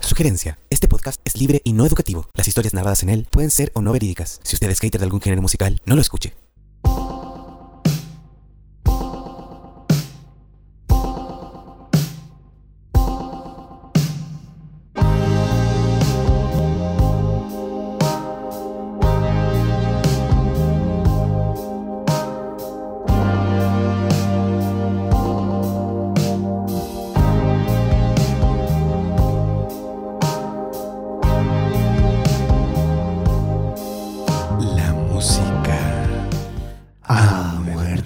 Sugerencia. Este podcast es libre y no educativo. Las historias narradas en él pueden ser o no verídicas. Si usted es hater de algún género musical, no lo escuche. La música ha muerto.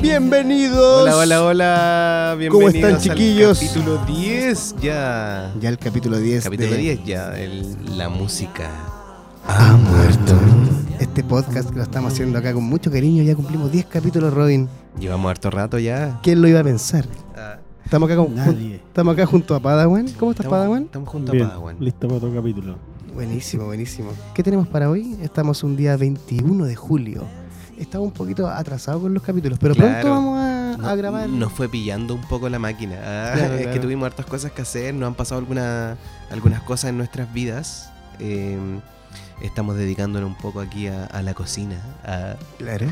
Bienvenidos. Hola, hola, hola. ¿Cómo Bienvenidos están, chiquillos? Al capítulo 10 ya. Ya el capítulo 10. Capítulo de 10 ya. el- la música. Ha muerto. Este podcast que lo estamos haciendo acá con mucho cariño. Ya cumplimos 10 capítulos, Robin. Llevamos harto rato ya. ¿Quién lo iba a pensar? Estamos acá, con, Nadie. estamos acá junto a Padawan. ¿Cómo Ah, estás, Estamos, Padawan? estamos juntos a Bien, Padawan. listo para otro capítulo. Buenísimo, buenísimo. ¿Qué tenemos para hoy? Estamos un día 21 de julio. Estamos un poquito atrasados con los capítulos, pero pronto Claro. vamos a, a No- grabar. Nos fue pillando un poco la máquina. Ah, Claro, es que claro. tuvimos hartas cosas que hacer, nos han pasado alguna- algunas cosas en nuestras vidas. Eh, estamos dedicándonos un poco aquí a, a la cocina, a- Claro.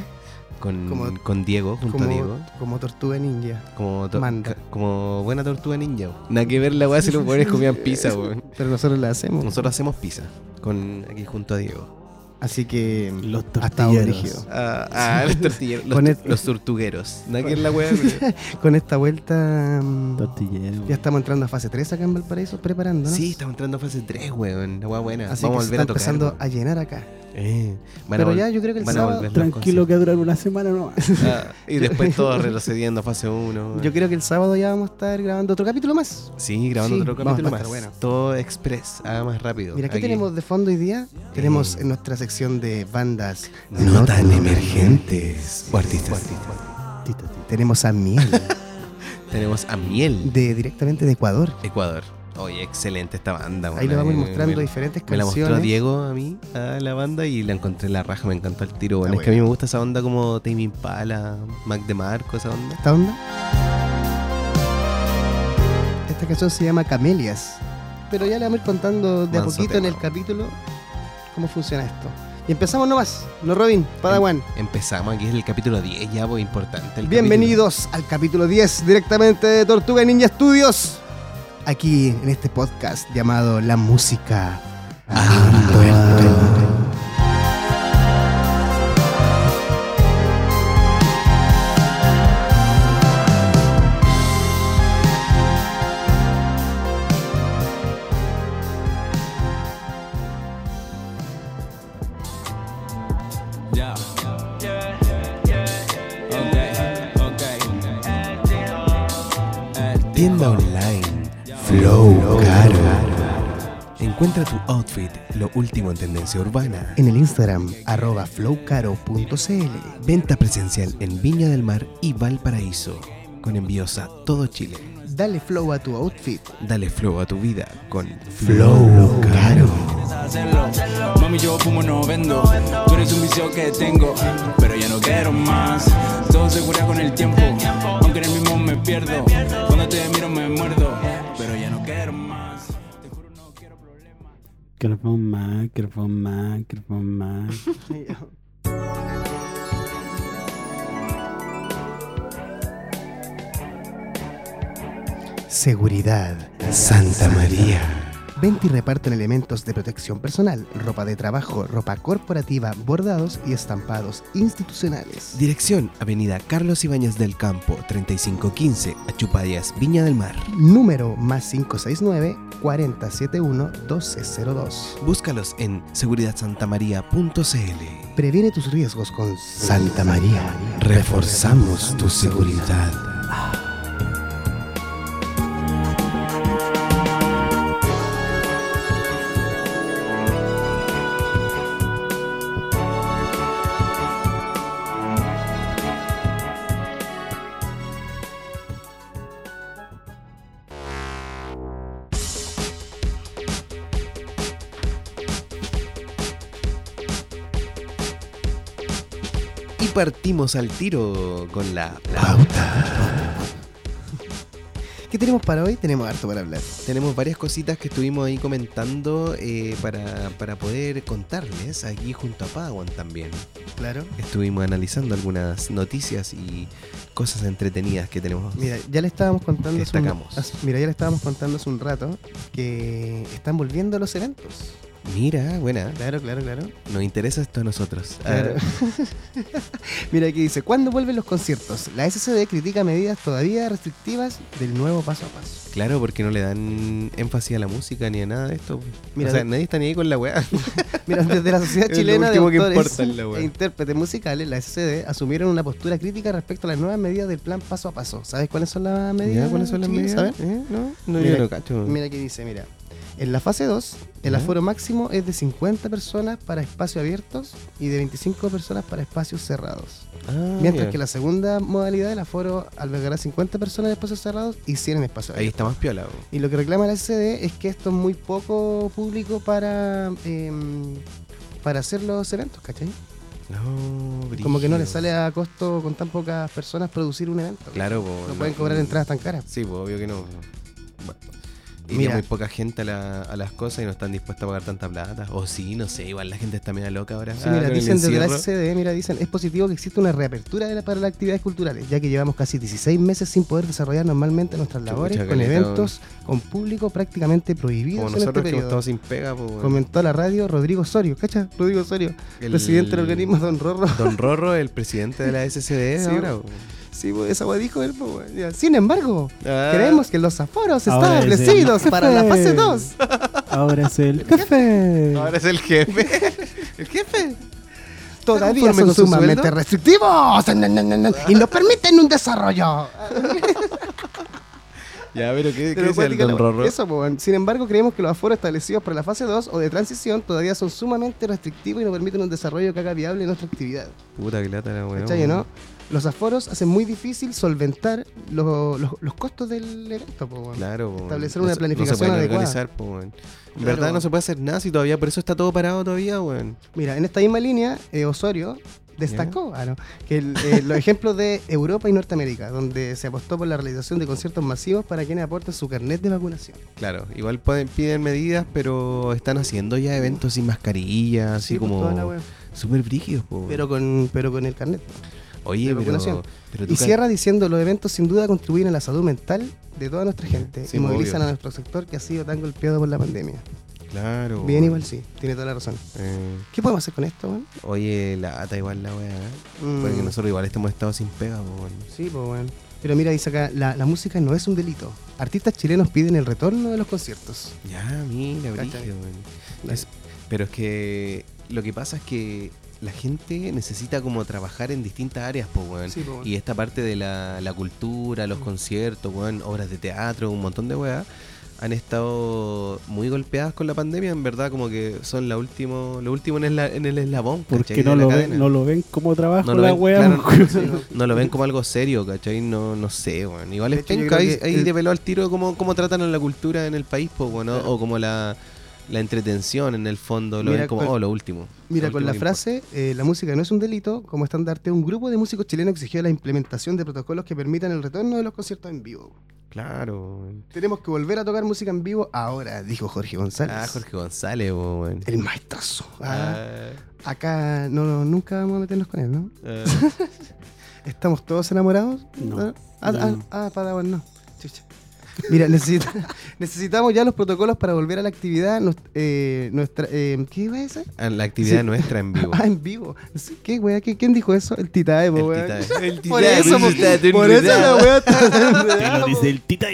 con, Como- con Diego, junto a Diego. Como, como tortuga ninja. Como, to- manda. ca- como buena tortuga ninja. weón. Nada que ver la weá si los buenos comían pizza, weón. Pero nosotros la hacemos. Nosotros hacemos pizza con aquí junto a Diego. Así que. Los Ha estado tortilleros. brígido. Ah, ah, los tortilleros. Los, Con este- el- tu- los tortugueros. Nada que ver la weá, pero- Con esta vuelta. mm, Tortilleros. Ya estamos entrando a fase 3 acá en Valparaíso, preparándonos. Sí, estamos entrando a fase 3, weón. La weá buena. Así Vamos a que se volver está a tocar. empezando weón. a llenar acá. Eh, van a Pero vol- ya yo creo que el van a sábado, volver los Tranquilo que va a durar una semana nomás. Ah, y después todo retrocediendo a fase 1. yo creo que el sábado ya vamos a estar grabando otro capítulo más. Sí, grabando Sí, otro vamos, capítulo va más. a estar bueno. Todo express, ah, más rápido. Mira, ¿qué Aquí. tenemos de fondo hoy día? Tenemos en nuestra sección de bandas No tan emergentes. O artistas. Tita, tita. Tenemos a Miel, Tenemos a Miel, de, directamente de Ecuador. Ecuador. Oye, excelente esta banda. Ahí weón. le vamos a ir Me- mostrando me- diferentes Me la mostró canciones. Diego a mí, a la banda, y la encontré en la raja, me encantó el tiro. weón. Ah, es que a mí bueno. me gusta esa onda como Tame Impala, Mac de Marco, esa onda. ¿Esta onda? Esta canción se llama Camelias. Pero ya le vamos a ir contando de a Manso poquito en tema. el capítulo cómo funciona esto. Y empezamos nomás, ¿no, Robin? Padawan. Empezamos, aquí es el capítulo 10, ya, pues importante. el Bienvenidos al capítulo 10 directamente de Tortuga Ninja Studios. Aquí en este podcast llamado La Música. ha Muerto. Yeah. Okay, okay. capítulo. Tienda online, Flow Caro. Encuentra tu outfit, lo último en tendencia urbana. En el Instagram, arroba flowcaro.cl. Venta presencial en Viña del Mar y Valparaíso, con envíos a todo Chile. Dale flow a tu outfit. Dale flow a tu vida con Flow Caro. Hacerlo. Mami, yo fumo, no vendo. Tú eres un vicio que tengo, pero ya no quiero más. Todo se cura con el tiempo, aunque en el mismo me pierdo. Cuando te miro, me muerdo, pero ya no quiero más. Te juro, no quiero problemas. Micrófono más, micrófono más, micrófono más. Seguridad. Santa María. Venta y reparten elementos de protección personal, ropa de trabajo, ropa corporativa, bordados y estampados institucionales. Dirección Avenida Carlos Ibáñez del Campo 3515, Achupayas, Viña del Mar. Número más 569-471-1202. Búscalos en seguridadsantamaría.cl. Previene tus riesgos con Santa María. Reforzamos tu seguridad. partimos al tiro con la pauta. ¿Qué tenemos para hoy? Tenemos harto para hablar. Tenemos varias cositas que estuvimos ahí comentando eh, para, para poder contarles aquí junto a Padawan también. Claro. Estuvimos analizando algunas noticias y cosas entretenidas que tenemos. Mira, ya le estábamos contando. hace un- Destacamos. hace- mira, ya le estábamos contando hace un rato que están volviendo los eventos. Mira, buena. Claro, claro, claro. Nos interesa esto a nosotros. Ah, A ver, Claro. Mira, aquí dice, ¿cuándo vuelven los conciertos? La SCD critica medidas todavía restrictivas del nuevo paso a paso. claro, porque no le dan énfasis a la música ni a nada de esto. Mira, o sea, de- nadie está ni ahí con la weá. Mira, desde la Sociedad Es lo Chilena de último que Autores importa en la web. e Intérpretes Musicales, la SCD, asumieron una postura crítica respecto a las nuevas medidas del plan paso a paso. ¿Sabes cuáles son las medidas? Ya, ¿Cuáles son las chiquillos? medidas? ¿Saben? ¿Eh? No, no, Mira, yo no cacho. Mira que dice, mira. En la fase 2, el Ya. aforo máximo es de 50 personas para espacios abiertos y de 25 personas para espacios cerrados. Ah, Mientras ya. que la segunda modalidad, el aforo albergará 50 personas en espacios cerrados y 100 en espacios Ahí abiertos. está más piola. bo. Y lo que reclama la SCD es que esto es muy poco público para, em, para hacer los eventos, ¿cachai? No, Como que no brígido. les sale a costo con tan pocas personas producir un evento. Claro, bo, No pueden cobrar entradas tan caras. Sí, pues obvio que no. Bueno, iría Mira. muy poca gente a, la- a las cosas y no están dispuestas a pagar tanta plata. O sí, no sé, igual la gente está media loca ahora. Sí, Ah, mira, con el dicen desde la encierro. SCDE, mira, dicen, es positivo que exista una reapertura de la- para las actividades culturales, ya que llevamos casi 16 meses sin poder desarrollar normalmente nuestras Chucha, labores con caleta, eventos con público prácticamente prohibidos Como en este nosotros que hemos periodo. estado sin pega, pues. bueno. Comentó a la radio Rodrigo Osorio, ¿cacha? Rodrigo Osorio, El- presidente del organismo Don Rorro. Don Rorro, el presidente de la SCD Sí, E ahora. bo. bo. Sí, pues, esa weá dijo él, pues, weón. Ya. Sin embargo, Ah. creemos que los aforos Ahora están es el establecidos para la fase jefe. 2. Ahora es el Jefe. Ahora es el jefe. el jefe. Todavía conforme son con su sumamente sueldo? restrictivos na, na, na, na, y no permiten un desarrollo. Ya, pero ¿qué, qué Pero dice el cuática Don la- Rorro? Eso, po, weón. Sin embargo, creemos que los aforos establecidos para la fase 2 o de transición todavía son sumamente restrictivos y no permiten un desarrollo que haga viable nuestra actividad. Puta que lata la weón. ¿Cachai, no? Los aforos hacen muy difícil solventar lo- los- los costos del evento, po, weón. Claro, po, Establecer no una se- planificación no se pueden adecuada. organizar, po, weón. En Claro, verdad weón. no se puede hacer nada si todavía, por eso está todo parado todavía, weón. Mira, en esta misma línea, eh, Osorio destacó ah, no, que el- eh, los ejemplos de Europa y Norteamérica, donde se apostó por la realización de conciertos masivos para quienes aporten su carnet de vacunación. Claro, igual pueden, piden medidas, pero están haciendo ya eventos sin mascarilla, así Sí, pues, toda la como wea. súper brígidos, po, weón. pero con, pero con el carnet. Oye, de pero, vacunación. pero tú Y ca- cierra diciendo, los eventos sin duda contribuyen a la salud mental de toda nuestra gente Sí, pues, y movilizan obvio. a nuestro sector que ha sido tan golpeado por la pandemia. Claro. Bien, weón. igual sí, tiene toda la razón. Eh, ¿Qué podemos hacer con esto, weón? oye, la ata igual la weá. ¿eh? Mm, Porque nosotros igual estamos estado sin pega, po, weón. Sí, pues, weón. Pero mira, dice acá, la, la música no es un delito. Artistas chilenos piden el retorno de los conciertos. Ya, mira, Cachai. brígido, weón. Es- pues. Pero es que lo que pasa es que la gente necesita como trabajar en distintas áreas, po, weón. Sí, po, weón. Y esta parte de la, la cultura, Mm. los conciertos, weón, obras de teatro, un montón de weas, han estado muy golpeadas con la pandemia, en verdad, como que son la último, lo último en el, en el eslabón, Porque ¿cachai? no de la lo, ven, cadena. no lo ven como trabajo No lo la ven, wea. claro, weón. sí, no, no lo ven como algo serio, ¿cachai? No, no sé, weón. Igual De es hecho, yo penca, creo ahí, que ahí el- develó al tiro cómo, cómo tratan a la cultura en el país, po, weón, ¿no? o como la, la entretención en el fondo, lo Mira, ven como, con- oh, lo último. Mira, lo con último la que frase, eh, la música no es un delito, como estandarte, un grupo de músicos chilenos exigió la implementación de protocolos que permitan el retorno de los conciertos en vivo. importa. Claro, weón. Tenemos que volver a tocar música en vivo ahora, dijo Jorge González. Ah, Jorge González, po, weón. El maestrazo. Ah, Ah, Acá no, no, nunca vamos a meternos con él, ¿no? ah. ¿Estamos todos enamorados? No. Ah, Yo ah, no. ah, Padawan, no. Chucha. Mira, necesita- necesitamos ya los protocolos para volver a la actividad. nos- eh, nuestra, eh, ¿Qué iba a decir? Ah, la actividad Sí. nuestra en vivo. Ah, en vivo. No sé, ¿Qué, weá? ¿Qué- ¿Quién dijo eso? El Titae, po, El weón. Titae. El Por Titae, eso, po, el Titae, por el eso la Titae. weá está tan Te enredada, lo po. dice el tita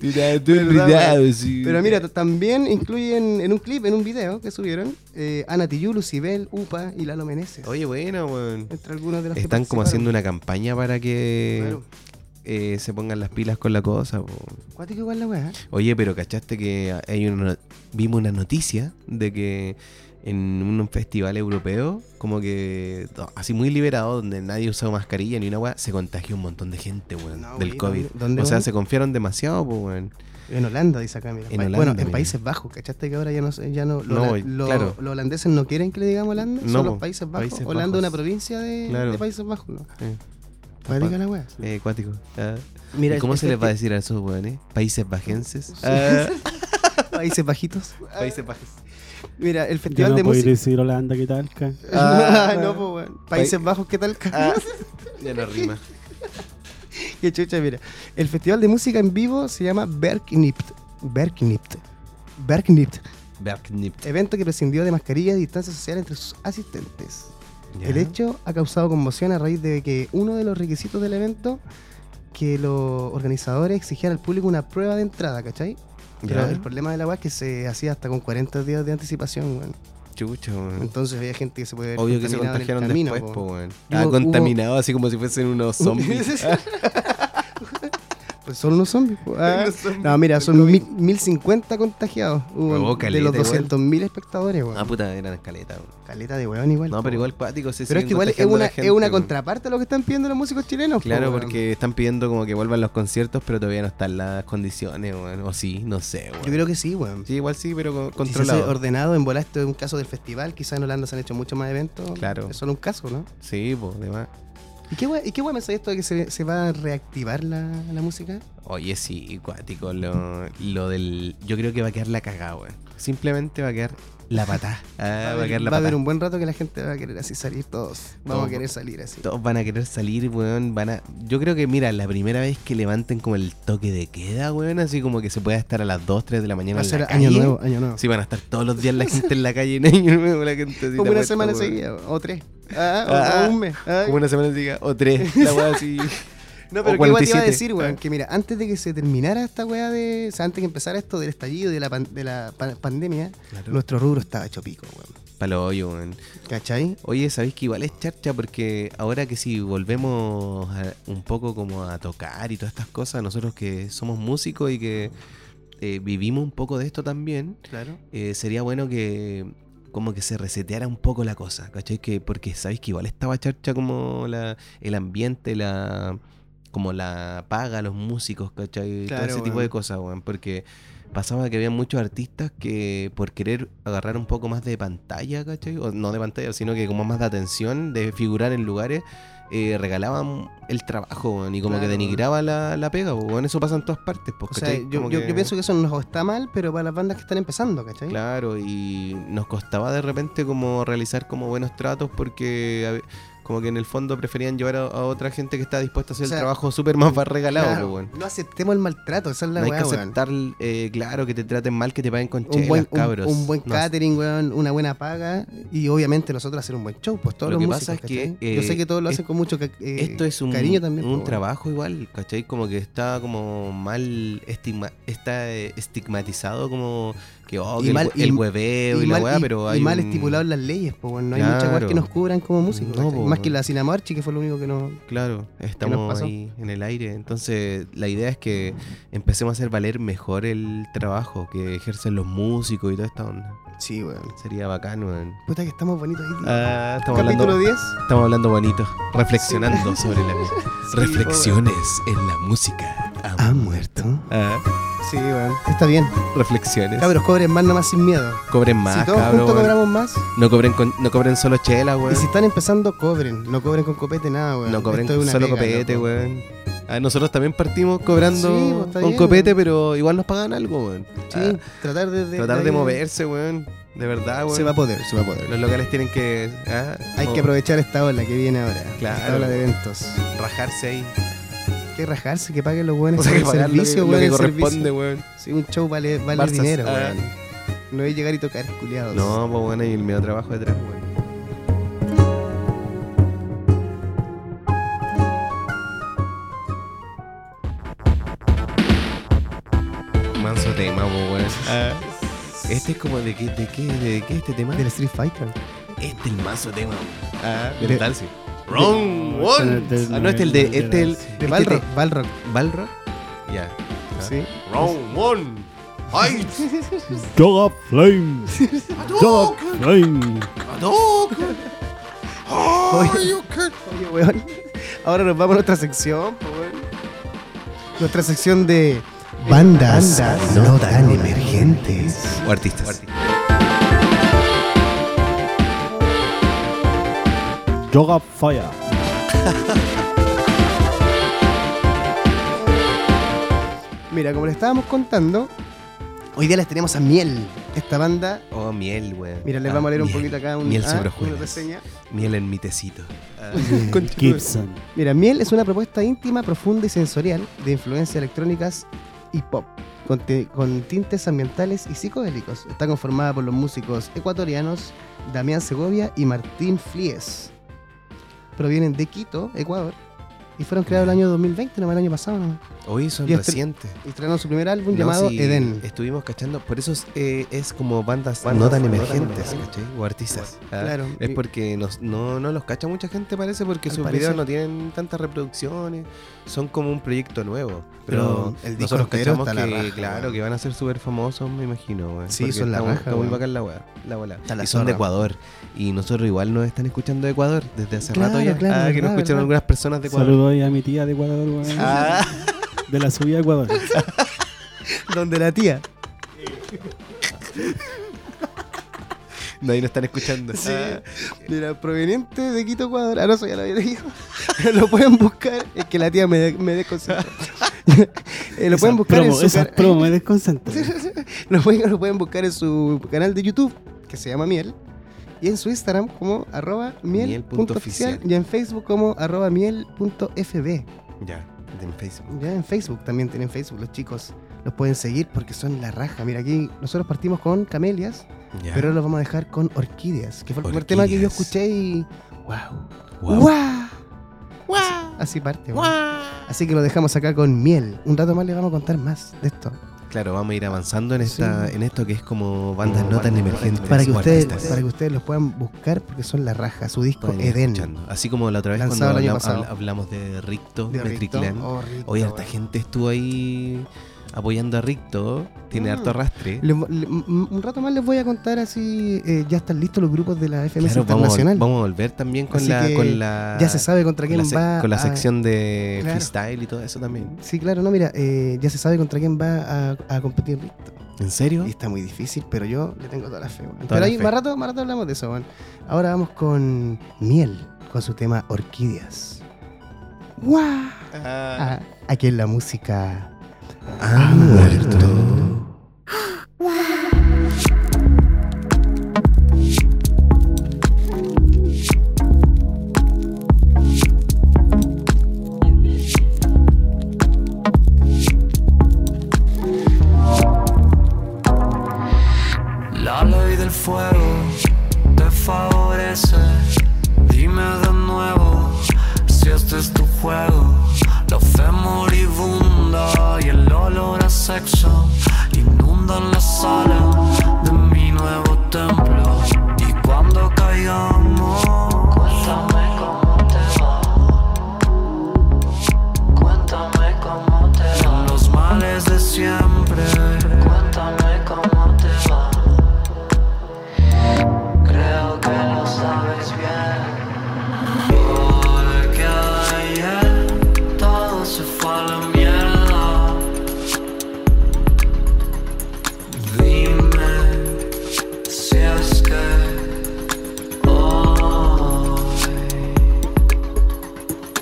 Tira, tú Verdad, olvidado, weón. sí. Pero mira, t- también incluyen en un clip, en un video que subieron, eh, Ana Tijoux, Lucibel, Upa y Lalo Meneses. Oye, bueno, weón. Entre algunos de los que Están como haciendo participaron. una campaña para que Claro. eh, se pongan las pilas con la cosa, po. Cuático igual la weá. ¿eh? Oye, pero cachaste que hay una, vimos una noticia de que en un festival europeo, como que no, así muy liberado, donde nadie usaba mascarilla ni una weá, se contagió un montón de gente, weón, No, del güey, COVID. ¿dónde- dónde, o sea, güey? se confiaron demasiado, pues, weón. En Holanda, dice acá, mira. En Pa- Holanda, bueno, mira. en Países Bajos, ¿cachaste que ahora ya no, se- ya no, No, lo- y- lo- claro. los holandeses no quieren que le digamos Holanda? No, Son los po, Países Bajos. Países Holanda es una Bajos. provincia de, Claro. de Países Bajos, ¿no? Eh, Pues diga la wea. eh, cuático. Ah. Mira, ¿Y cómo este- se les va a decir a esos weones? Países bajenses. Ah, Países Bajitos. países bajes. Mira, el Yo Festival no de puedo ir a Música. decir Holanda, ¿qué tal? ca? Ah, no, po, weón. Países Bajos, ¿qué tal? ca? Ah, ya no rima. Qué chucha, mira. El festival de música en vivo se llama Bergknipt. Bergknipt. Bergknipt. Bergknipt. Evento que prescindió de mascarillas y distancia social entre sus asistentes. Ya. El hecho ha causado conmoción a raíz de que uno de los requisitos del evento que los organizadores exigían al público una prueba de entrada, ¿cachai? Pero Ya. el problema de la weá es que se hacía hasta con 40 días de anticipación, weón. Chucho, weón. Entonces había gente que se puede haber Mm. Obvio que se contaminado en el contagiaron camino, después, po. po, weón. Hubo- Ah, hubo- contaminado así como si fuesen unos zombies. Pues son unos zombies. po. Ah, no, mira, son mil- 1050 contagiados. Hubo Hubo de caleta, los igual. 200.000 espectadores, weón. ah, puta, eran escaleta, weón. Caleta de weón igual. No, po. pero igual cuático se Pero es siguen que igual es contagiando una, la gente, es una weón. contraparte a lo que están pidiendo los músicos chilenos. po, Claro, weón. porque están pidiendo como que vuelvan los conciertos, pero todavía no están las condiciones, weón. O sí, no sé, weón. Yo creo que sí, weón. Sí, igual sí, pero con- Si se hace controlado. ordenado, en bola, esto es un caso del festival. Quizás en Holanda se han hecho muchos más eventos. Claro. Es solo un caso, ¿no? Sí, pues, demás. ¿Y qué weón, ¿y qué weón me sale esto de que se, se va a reactivar la, la música? Oye, sí, cuático, lo, lo del... Yo creo que va a quedar la cagada, weón. Simplemente va a quedar la patada. Ah, va a quedar la patada. va a haber un buen rato que la gente va a querer así salir todos. Vamos Todos. a querer salir así. Todos van a querer salir, weón. Van a... Yo creo que, mira, la primera vez que levanten como el toque de queda, weón, así como que se pueda estar a las 2, 3 de la mañana Va a en la ser calle. año nuevo, año nuevo. Sí, van a estar todos los días la gente en la calle en año nuevo, la gente así. Como la una puesta, semana weón. seguida, o tres. Ah, o- Ah, o un mes. Ah, Como una semana seguida, o tres, la weá así. No, O pero ¿qué weá te iba a 47. decir, weón? Ah. Que mira, antes de que se terminara esta weá de. O sea, antes que empezara esto del estallido y de la, pan- de la pa- pandemia, nuestro rubro estaba hecho pico, weón. Palo hoyo, weón. ¿Cachai? Oye, sabéis que igual es charcha porque ahora que si volvemos a- un poco como a tocar y todas estas cosas, nosotros que somos músicos y que eh, vivimos un poco de esto también, Claro. eh, sería bueno que como que se reseteara un poco la cosa, ¿cachai? Que, porque sabéis que igual estaba charcha como la, el ambiente, la como la paga a los músicos, ¿cachai? Claro, Todo ese tipo de weón. cosas, weón. Porque pasaba que había muchos artistas que por querer agarrar un poco más de pantalla, ¿cachai? O no de pantalla, sino que como más de atención, de figurar en lugares, eh, regalaban el trabajo, weón. Y como Claro, que weón. denigraba la, la pega, weón. Eso pasa en todas partes, pues, O sea, ¿cachai? yo, Como yo- yo que- pienso que eso no está mal, pero para las bandas que están empezando, ¿cachai? Claro, y nos costaba de repente como realizar como buenos tratos porque a ve- como que en el fondo preferían llevar a, a otra gente que está dispuesta a hacer O sea, el trabajo súper más va regalado, Claro, pues, weón. No aceptemos el maltrato, esa es la no hay weá, que weón. aceptar, eh, claro, que te traten mal, que te paguen con chelas, Un buen, un- cabros. un buen No, catering, weón, una buena paga y obviamente nosotros hacer un buen show, pues todos Lo los que músicos, pasa es que, ¿cachai? Yo eh, sé que todos lo es- hacen con mucho ca- eh, esto es un, cariño también. un pues, weón. trabajo igual, ¿cachai? Como que está como mal estigma, está eh, estigmatizado como que, oh, Y que el mal- hue- el y- hueveo y, la mal, weá, y- pero y hay mal un- estipulado en las leyes, pues weón. no hay muchas Claro. weas que nos cubran como músicos. No, ¿cachai? po, Más que weón. la Sinamarchi, que fue lo único que no. Claro, estamos pasó? ahí en el aire. Entonces, la idea es que empecemos a hacer valer mejor el trabajo que ejercen los músicos y toda esta onda. Sí, weón. Sería bacano. weón. Puta que estamos bonitos ahí. tío. Ah, estamos, Capítulo hablando, 10. estamos hablando bonito, reflexionando sobre la vida. Reflexiones en la música. Ha muerto. Ah, Sí, weón. Está bien. reflexiones. Cabros, cobren más nomás sin miedo. Cobren más, si todos cabrón. juntos weón. cobramos más. No, cobren con- no cobren solo chela, weón. Y si están empezando, cobren. No cobren con copete nada, weón. No cobren Esto es una solo pega, copete, loco. weón. Ah, nosotros también partimos cobrando Sí, pues, está con bien, copete, weón. pero igual nos pagan algo, weón. Sí, Ah, tratar de, de- Tratar de ahí- moverse, weón. De verdad, weón. Este, Se va a poder, se va a poder. Los locales tienen que, ah, Hay como que aprovechar esta ola que viene ahora. Claro. Esta ola de eventos. rajarse ahí. Que rajarse, que paguen los buenos O sea, por que pagar lo que, lo weón, que el corresponde, servicio. weón. Sí, un show vale, vale Barzas, dinero, ah. weón. No es llegar y tocar, culiados. No, pues bueno, y el medio trabajo detrás, weón. Manso tema, pues weón. Ah. Este es como de qué, de qué, de qué este tema. Del Street Fighter. Este es el manso tema. Ah, Del Dalsy. Wrong one. Ah, no, este es el de, este es el De este Balrog. Balrog, de- Balrog. Ya. Ah. sí. Round one. Fight. Yoga Flame. Yoga Flame. Oye, weón. Ahora nos vamos a nuestra sección, po, weón. Nuestra sección de Bandas, no tan emergentes. O artistas. Yoga Fire. Mira, como les estábamos contando, hoy día les tenemos a Miel, esta banda. Oh, miel, weón. Mira, les Ah, vamos a leer un miel. poquito acá un, Miel ah, sobre una hojuelas. reseña. Miel en mi tecito. Ah, Gibson. Mira, Miel es una propuesta íntima, profunda y sensorial de influencias electrónicas y pop, con, te- con tintes ambientales y psicodélicos. Está conformada por los músicos ecuatorianos Damián Segovia y Martín Flies. Provienen de Quito, Ecuador, y fueron creados el año 2020, no el año pasado. ¿no? hoy son Y este- recientes. Y estrenaron su primer álbum No, llamado sí, Eden. Estuvimos cachando, por eso es, eh, es como bandas, Bandas no tan no tan emergentes, emergentes. ¿cachai? O artistas. Ah, Claro. Es y- porque nos- no, no los cacha mucha gente, parece, porque Al sus parecer. videos no tienen tantas reproducciones. Son como un proyecto nuevo. Pero Pero, el disco nosotros entero cachamos está la que, raja, claro, weón. que van a ser súper famosos, me imagino, weón, Sí, porque son la está, muy- raja, está muy weón. bacán la weá. La weá. Está la y son de zorra. Ecuador. Y nosotros igual nos están escuchando de Ecuador desde hace Claro, rato ya. claro, ah, que verdad, nos escucharon verdad. algunas personas de Ecuador. Ah. Saludos ahí a mi tía de Ecuador, weón. De la subida a Ecuador. Donde la tía. No, ahí nos están escuchando. Ah, Mira, proveniente de Quito, Ecuador. Ah, no, eso ya lo había leído. Lo pueden buscar. Es que la tía me, me desconcentró. Eh, lo pueden buscar promo, en su esas car- promo, me desconcentré. lo, pueden, lo pueden buscar en su canal de YouTube, que se llama Miel. Y en su Instagram como arroba miel.oficial. Miel.oficial. Y en Facebook como arroba miel.fb. ya, en Facebook. Ya en Facebook también tienen Facebook los chicos. Los pueden seguir porque son la raja. Mira, aquí nosotros partimos con camelias, Ya. pero ahora los vamos a dejar con orquídeas, que fue el primer tema que yo Orquídeas. escuché y... ¡Wow! Guau. ¡Guau! Así parte. bueno. Así que lo dejamos acá con miel. Un rato más le vamos a contar más de esto. Claro, vamos a ir avanzando en esta, Sí. en esto que es como bandas no tan emergentes. Para que, o ustedes, artistas. para que ustedes los puedan buscar porque son la raja, su disco Pueden ir Eden. escuchando. Así como la otra vez Lanzado cuando el año hablamos, pasado. habla- hablamos de Ricto, De de Ricto. Triclan. Oh, Ricto, Hoy harta bueno. gente estuvo ahí apoyando a Ricto. Tiene Mm. harto arrastre. Le- le- m- un rato más les voy a contar así. eh, ya están listos los grupos de la FMS Claro, vamos, a- Internacional. vamos a volver también con Así la, que con la. ya se sabe contra con la, quién sec- va. con la a- sección de Claro. freestyle y todo eso también. Sí, claro, no, mira, eh, ya se sabe contra quién va a, a competir Ricto. ¿En serio? Y está muy difícil, pero yo le tengo toda la fe. weón. Toda Pero la ahí, fe. más rato, más rato hablamos de eso, weón. Ahora vamos con Miel, con su tema Orquídeas. ¡Guau! Ah, aquí en la música. Ha muerto. La ley del fuego te favorece. Dime de nuevo si este es tu juego. La fe moribunda y el olor a sexo inundan la sala de mi nuevo templo. Y cuando caigamos, cuéntame cómo te va. Cuéntame cómo te va. Los males de siempre. Cuéntame cómo te va. Creo que lo sabes bien. Porque ayer todo se fue a la mierda. Dime si es que hoy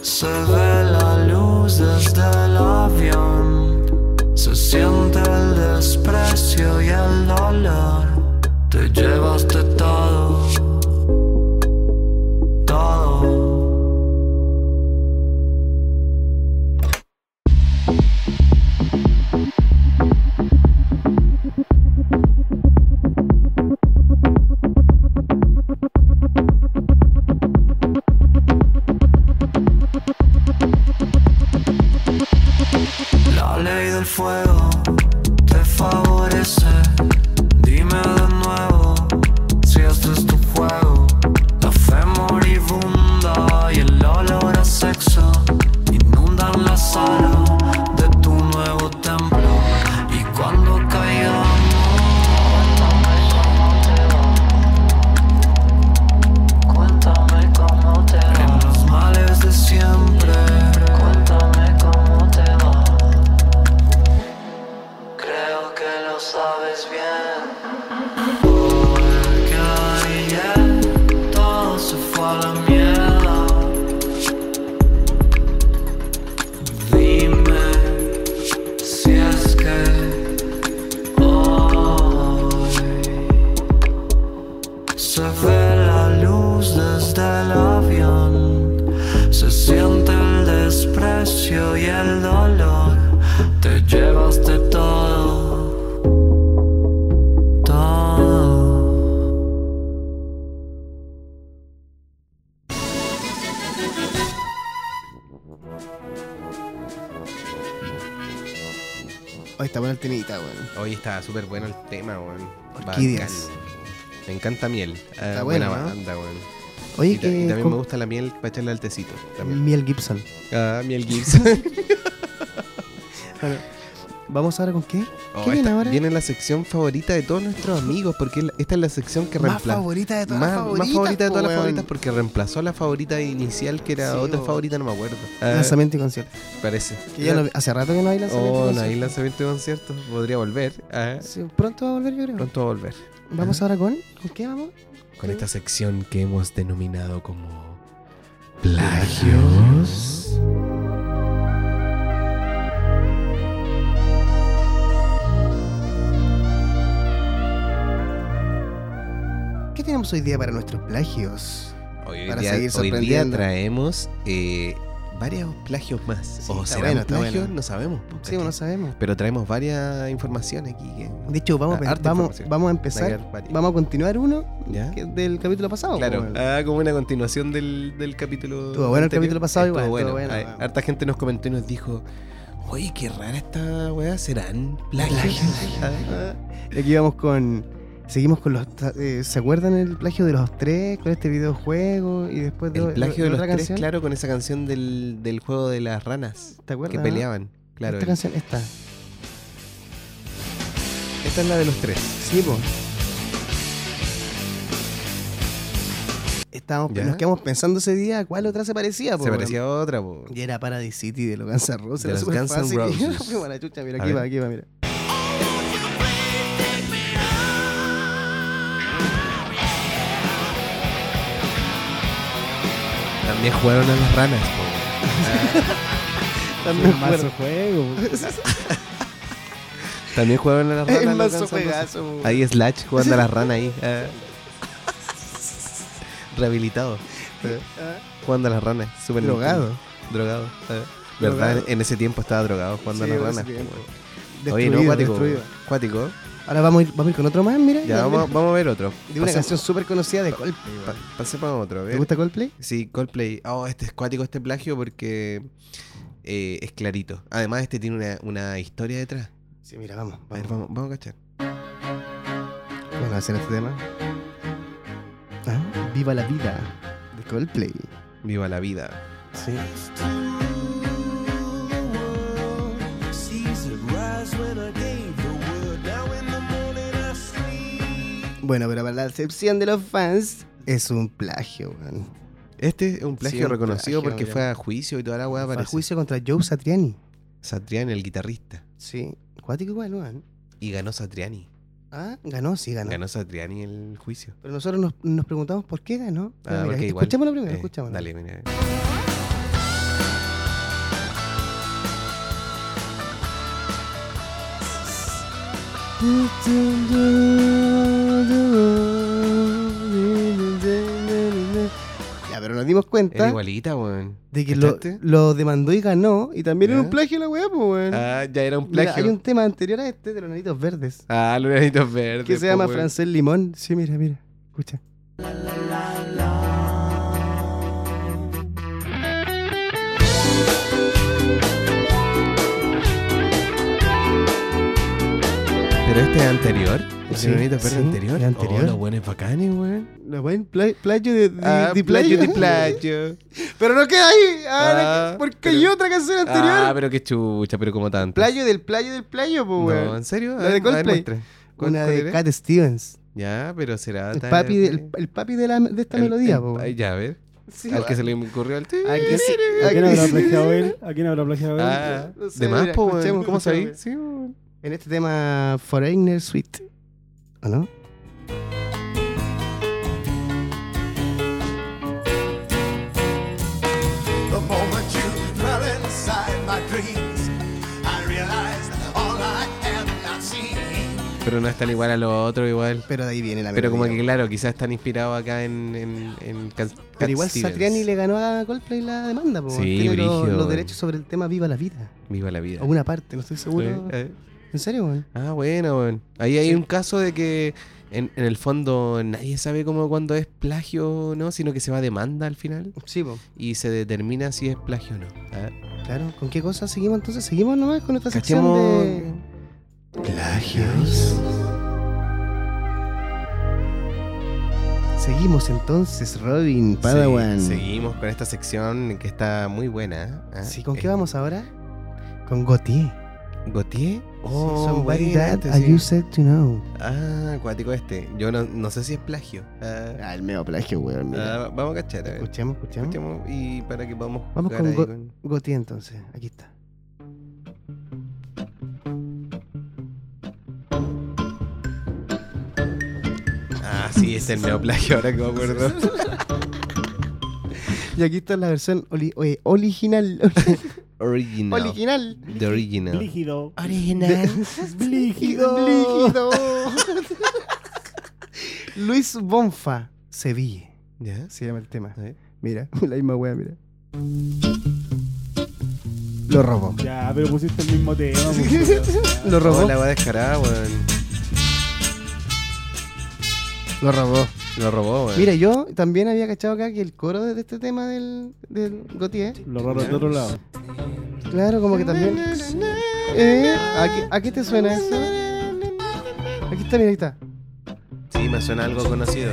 se ve la luz desde el avión. Se siente el desprecio y el dolor. Te llevaste todo, todo. La ley del fuego te favorece. Dime de nuevo si este es tu juego. La fe moribunda y el olor a sexo inundan la sala de tu nuevo templo. Y cuando caigamos, cuéntame cómo te va. En los males de siempre, cuéntame cómo te va. Oh, está bueno el tenita, weón. Hoy está súper bueno el tema, weón. Orquídeas. Bacán. Me encanta miel. Ah, Está buena, buena, ¿no? banda, weón. Y, Oye, ta- y que. también con- me gusta la miel para echarle al tecito. También. Miel Gibson. Ah, miel Gibson. Bueno, ¿Vamos ahora con qué? Oh, ¿Qué viene esta- ahora? viene la sección favorita de todos nuestros amigos, porque es la- esta es la sección que más reemplaza. favorita de todas Más, las más favoritas. favorita de po, todas las weón. favoritas porque reemplazó a la favorita inicial que era Sí, otra po. favorita, no me acuerdo. Ah, Lanzamiento y concierto. parece. Que ya no- hace rato que no hay lanzamiento. y Oh, no concierto. hay lanzamiento de conciertos. Podría volver. Ah, Sí, pronto va a volver, yo creo. pronto va a volver. Vamos ahora con. ¿Con qué vamos? Con esta sección que hemos denominado como. Plagios. ¿Qué tenemos hoy día para nuestros plagios? Hoy Para día, hoy día seguir sorprendiendo. traemos eh, varios plagios más. o está serán bueno, está plagios, bueno. no sabemos. po, Sí, ¿cachai? no sabemos. Pero traemos varias informaciones aquí. que- De hecho, vamos, a Ah, pe- harta vamos, información. vamos a Hay que empezar. dar varias. Vamos a continuar uno ¿Ya? que- del capítulo pasado. Claro, po, weón. ah, como una continuación del, del capítulo. Estuvo bueno el anterior. capítulo pasado Estuvo igual, estuvo bueno. bueno, Ah, bueno. Harta gente nos comentó y nos dijo: Oye, qué rara esta weá, serán plagios. Ah, ah. Y aquí vamos con. Seguimos con los. ta- eh, ¿Se acuerdan el plagio de los tres? Con este videojuego y después de, el plagio de, los otra tres, canción. claro, con esa canción del, del juego de las ranas ¿Te acuerdas? que no? peleaban. Claro, Esta el- canción, esta. esta es la de los tres. Sí, po. Estábamos, ¿Ya? nos quedamos pensando ese día cuál otra se parecía. po, Se weón. parecía a otra, po. Y era Paradise City de los Guns N' Roses. De era los súper Guns N' fácil. Roses. Fue buena chucha, mira, A aquí ver. va, aquí va, mira. También jugaron a las ranas, po. También Un bueno. mazo juego. También jugaron a las ranas. Es los más Guns N' su Roses. juegazo. po. Ahí Slash jugando a las ranas ahí. ah. Rehabilitado. Ah, Jugando a las ranas. Super Drogado. Nintendo. Drogado. ah. ¿Verdad? Drogado. En ese tiempo estaba drogado jugando Sí, a las en ese ranas. po, tiempo. weón. Oye, Destruido, no, cuático. destruido. Cuático. Ahora vamos a, ir, vamos a ir con otro más, mira. Ya, vamos, vamos a ver otro. De una Pasemos- canción súper conocida de Coldplay. pa- weón. pasemos a otro. a ¿Te ver. gusta Coldplay? Sí, Coldplay. Oh, este es cuático este plagio porque eh, es clarito. Además, este tiene una, una historia detrás. Sí, mira, vamos. A ver, Vamos, vamos, vamos a cachar. vamos a hacer este tema. Ah, Viva la vida de Coldplay. Viva la vida. Sí. Bueno, pero para la excepción de los fans, es un plagio, weón. Este es un plagio Sí, un reconocido plagio, porque mira. fue a juicio y toda la weá Para Ah, parece. juicio contra Joe Satriani. Satriani, el guitarrista. Sí. Cuático igual, weón. Y ganó Satriani. Ah, ganó, sí ganó. Ganó Satriani el juicio. Pero nosotros nos, nos preguntamos por qué ganó. Pero Ah, mira, este, porque igual- escuchémoslo primero, eh, escuchémoslo. Dale, mira. Ya, pero nos dimos Era cuenta igualita, weón. de que lo, ¿Cachaste? lo demandó y ganó. Y también era ¿Ya? un plagio la weá, pues, weón. Ah, ya era un Mira, plagio. hay un tema anterior a este de los nanitos verdes. Ah, los granitos verdes. que se po, llama weón. Francés Limón. Sí, mira, mira. Escucha. Pero este es anterior. ¿El Sí, granitos verdes sí, anterior? es anterior. Oh, los buenos bacanes, weón. La weá en pla- plagio de, de, Ah, de plagio de plagio. plagio. Pero no queda ahí. Ah, Ah, no- porque pero- hay otra canción anterior. Ah, pero qué chucha, pero como tanto. Playo del playo del playo, pues, weón. No, ¿en serio? A La ver, de a ver, Coldplay. muestra. ¿Cuál- Una cuál de era? Ah, Cat Stevens. Ya, pero será. El tan- papi, de, el, el papi de, la, de esta el- melodía, el- po, weón. ay, Ya, a ver. Sí, Al que weón. se le ocurrió el. ¿A que sí? ¿A ¿A quién que habrá sí? plagiado él? ¿A quién habrá plagiado él? Ah, No sé, de más, mira, po, weón. escuchemos, ¿Cómo escuchemos. sabéis? Sí, weón. En este tema Foreigner Suite. ¿O no? The moment you were inside my dreams, I realized all I am not seen. Pero no es tan igual a lo otro, igual. Pero de ahí viene la Pero como que, melodía. claro, quizás están inspirados acá en. en, en Cat- Cat Pero igual Stevens. Satriani le ganó a Coldplay la demanda, po, weón. Sí, Tiene los- brígido, los, weón. derechos sobre el tema Viva la Vida. Viva la vida. O una parte, no estoy seguro. Eh, eh. ¿En serio, weón? Ah, bueno, weón. Ahí hay Sí. un caso de que en, en el fondo nadie sabe cómo cuando es plagio o no, sino que se va a demanda al final Sí, po. y se determina si es plagio o no. Ah, Claro. ¿Con qué cosa seguimos entonces? Seguimos nomás con esta sección Cachemos- de... Plagios. Seguimos entonces, Robin, Padawan. Sí, seguimos con esta sección que está muy buena. ¿eh? Sí, ¿Con Eh, qué vamos ahora? Con Gautier. ¿Gautier? Sí, Oh, somebody buena, that sí. I used to know. Ah, acuático este. Yo no, no sé si es plagio. Ah, Ah, el medio plagio, weón. mira. ah, vamos a cachar, a ver. Escuchemos, escuchemos. Escuchemos Y para que podamos Vamos jugar con ahí Go- Gautier entonces, aquí está. Ah, sí, es el neoplagio, ahora que me acuerdo. Y aquí está la versión oli- oye, original. Original. Original. The original. Lígido. Original. Líquido. Luis Bonfa, Sevilla. ¿Ya? Se llama el tema. A ver. Mira, la misma wea, mira. Lo robó. Ya, pero pusiste el mismo tema. pues, weón. Lo robó. Oh, la va a descarar, weón. Lo robó. Lo robó, weón. Mira, yo también había cachado acá que el coro de este tema del, del Gautier, Lo raro de otro lado. claro, como que también. Eh, ¿a, qué, a qué te suena eso? Aquí está, mira, aquí está. Sí, me suena algo conocido.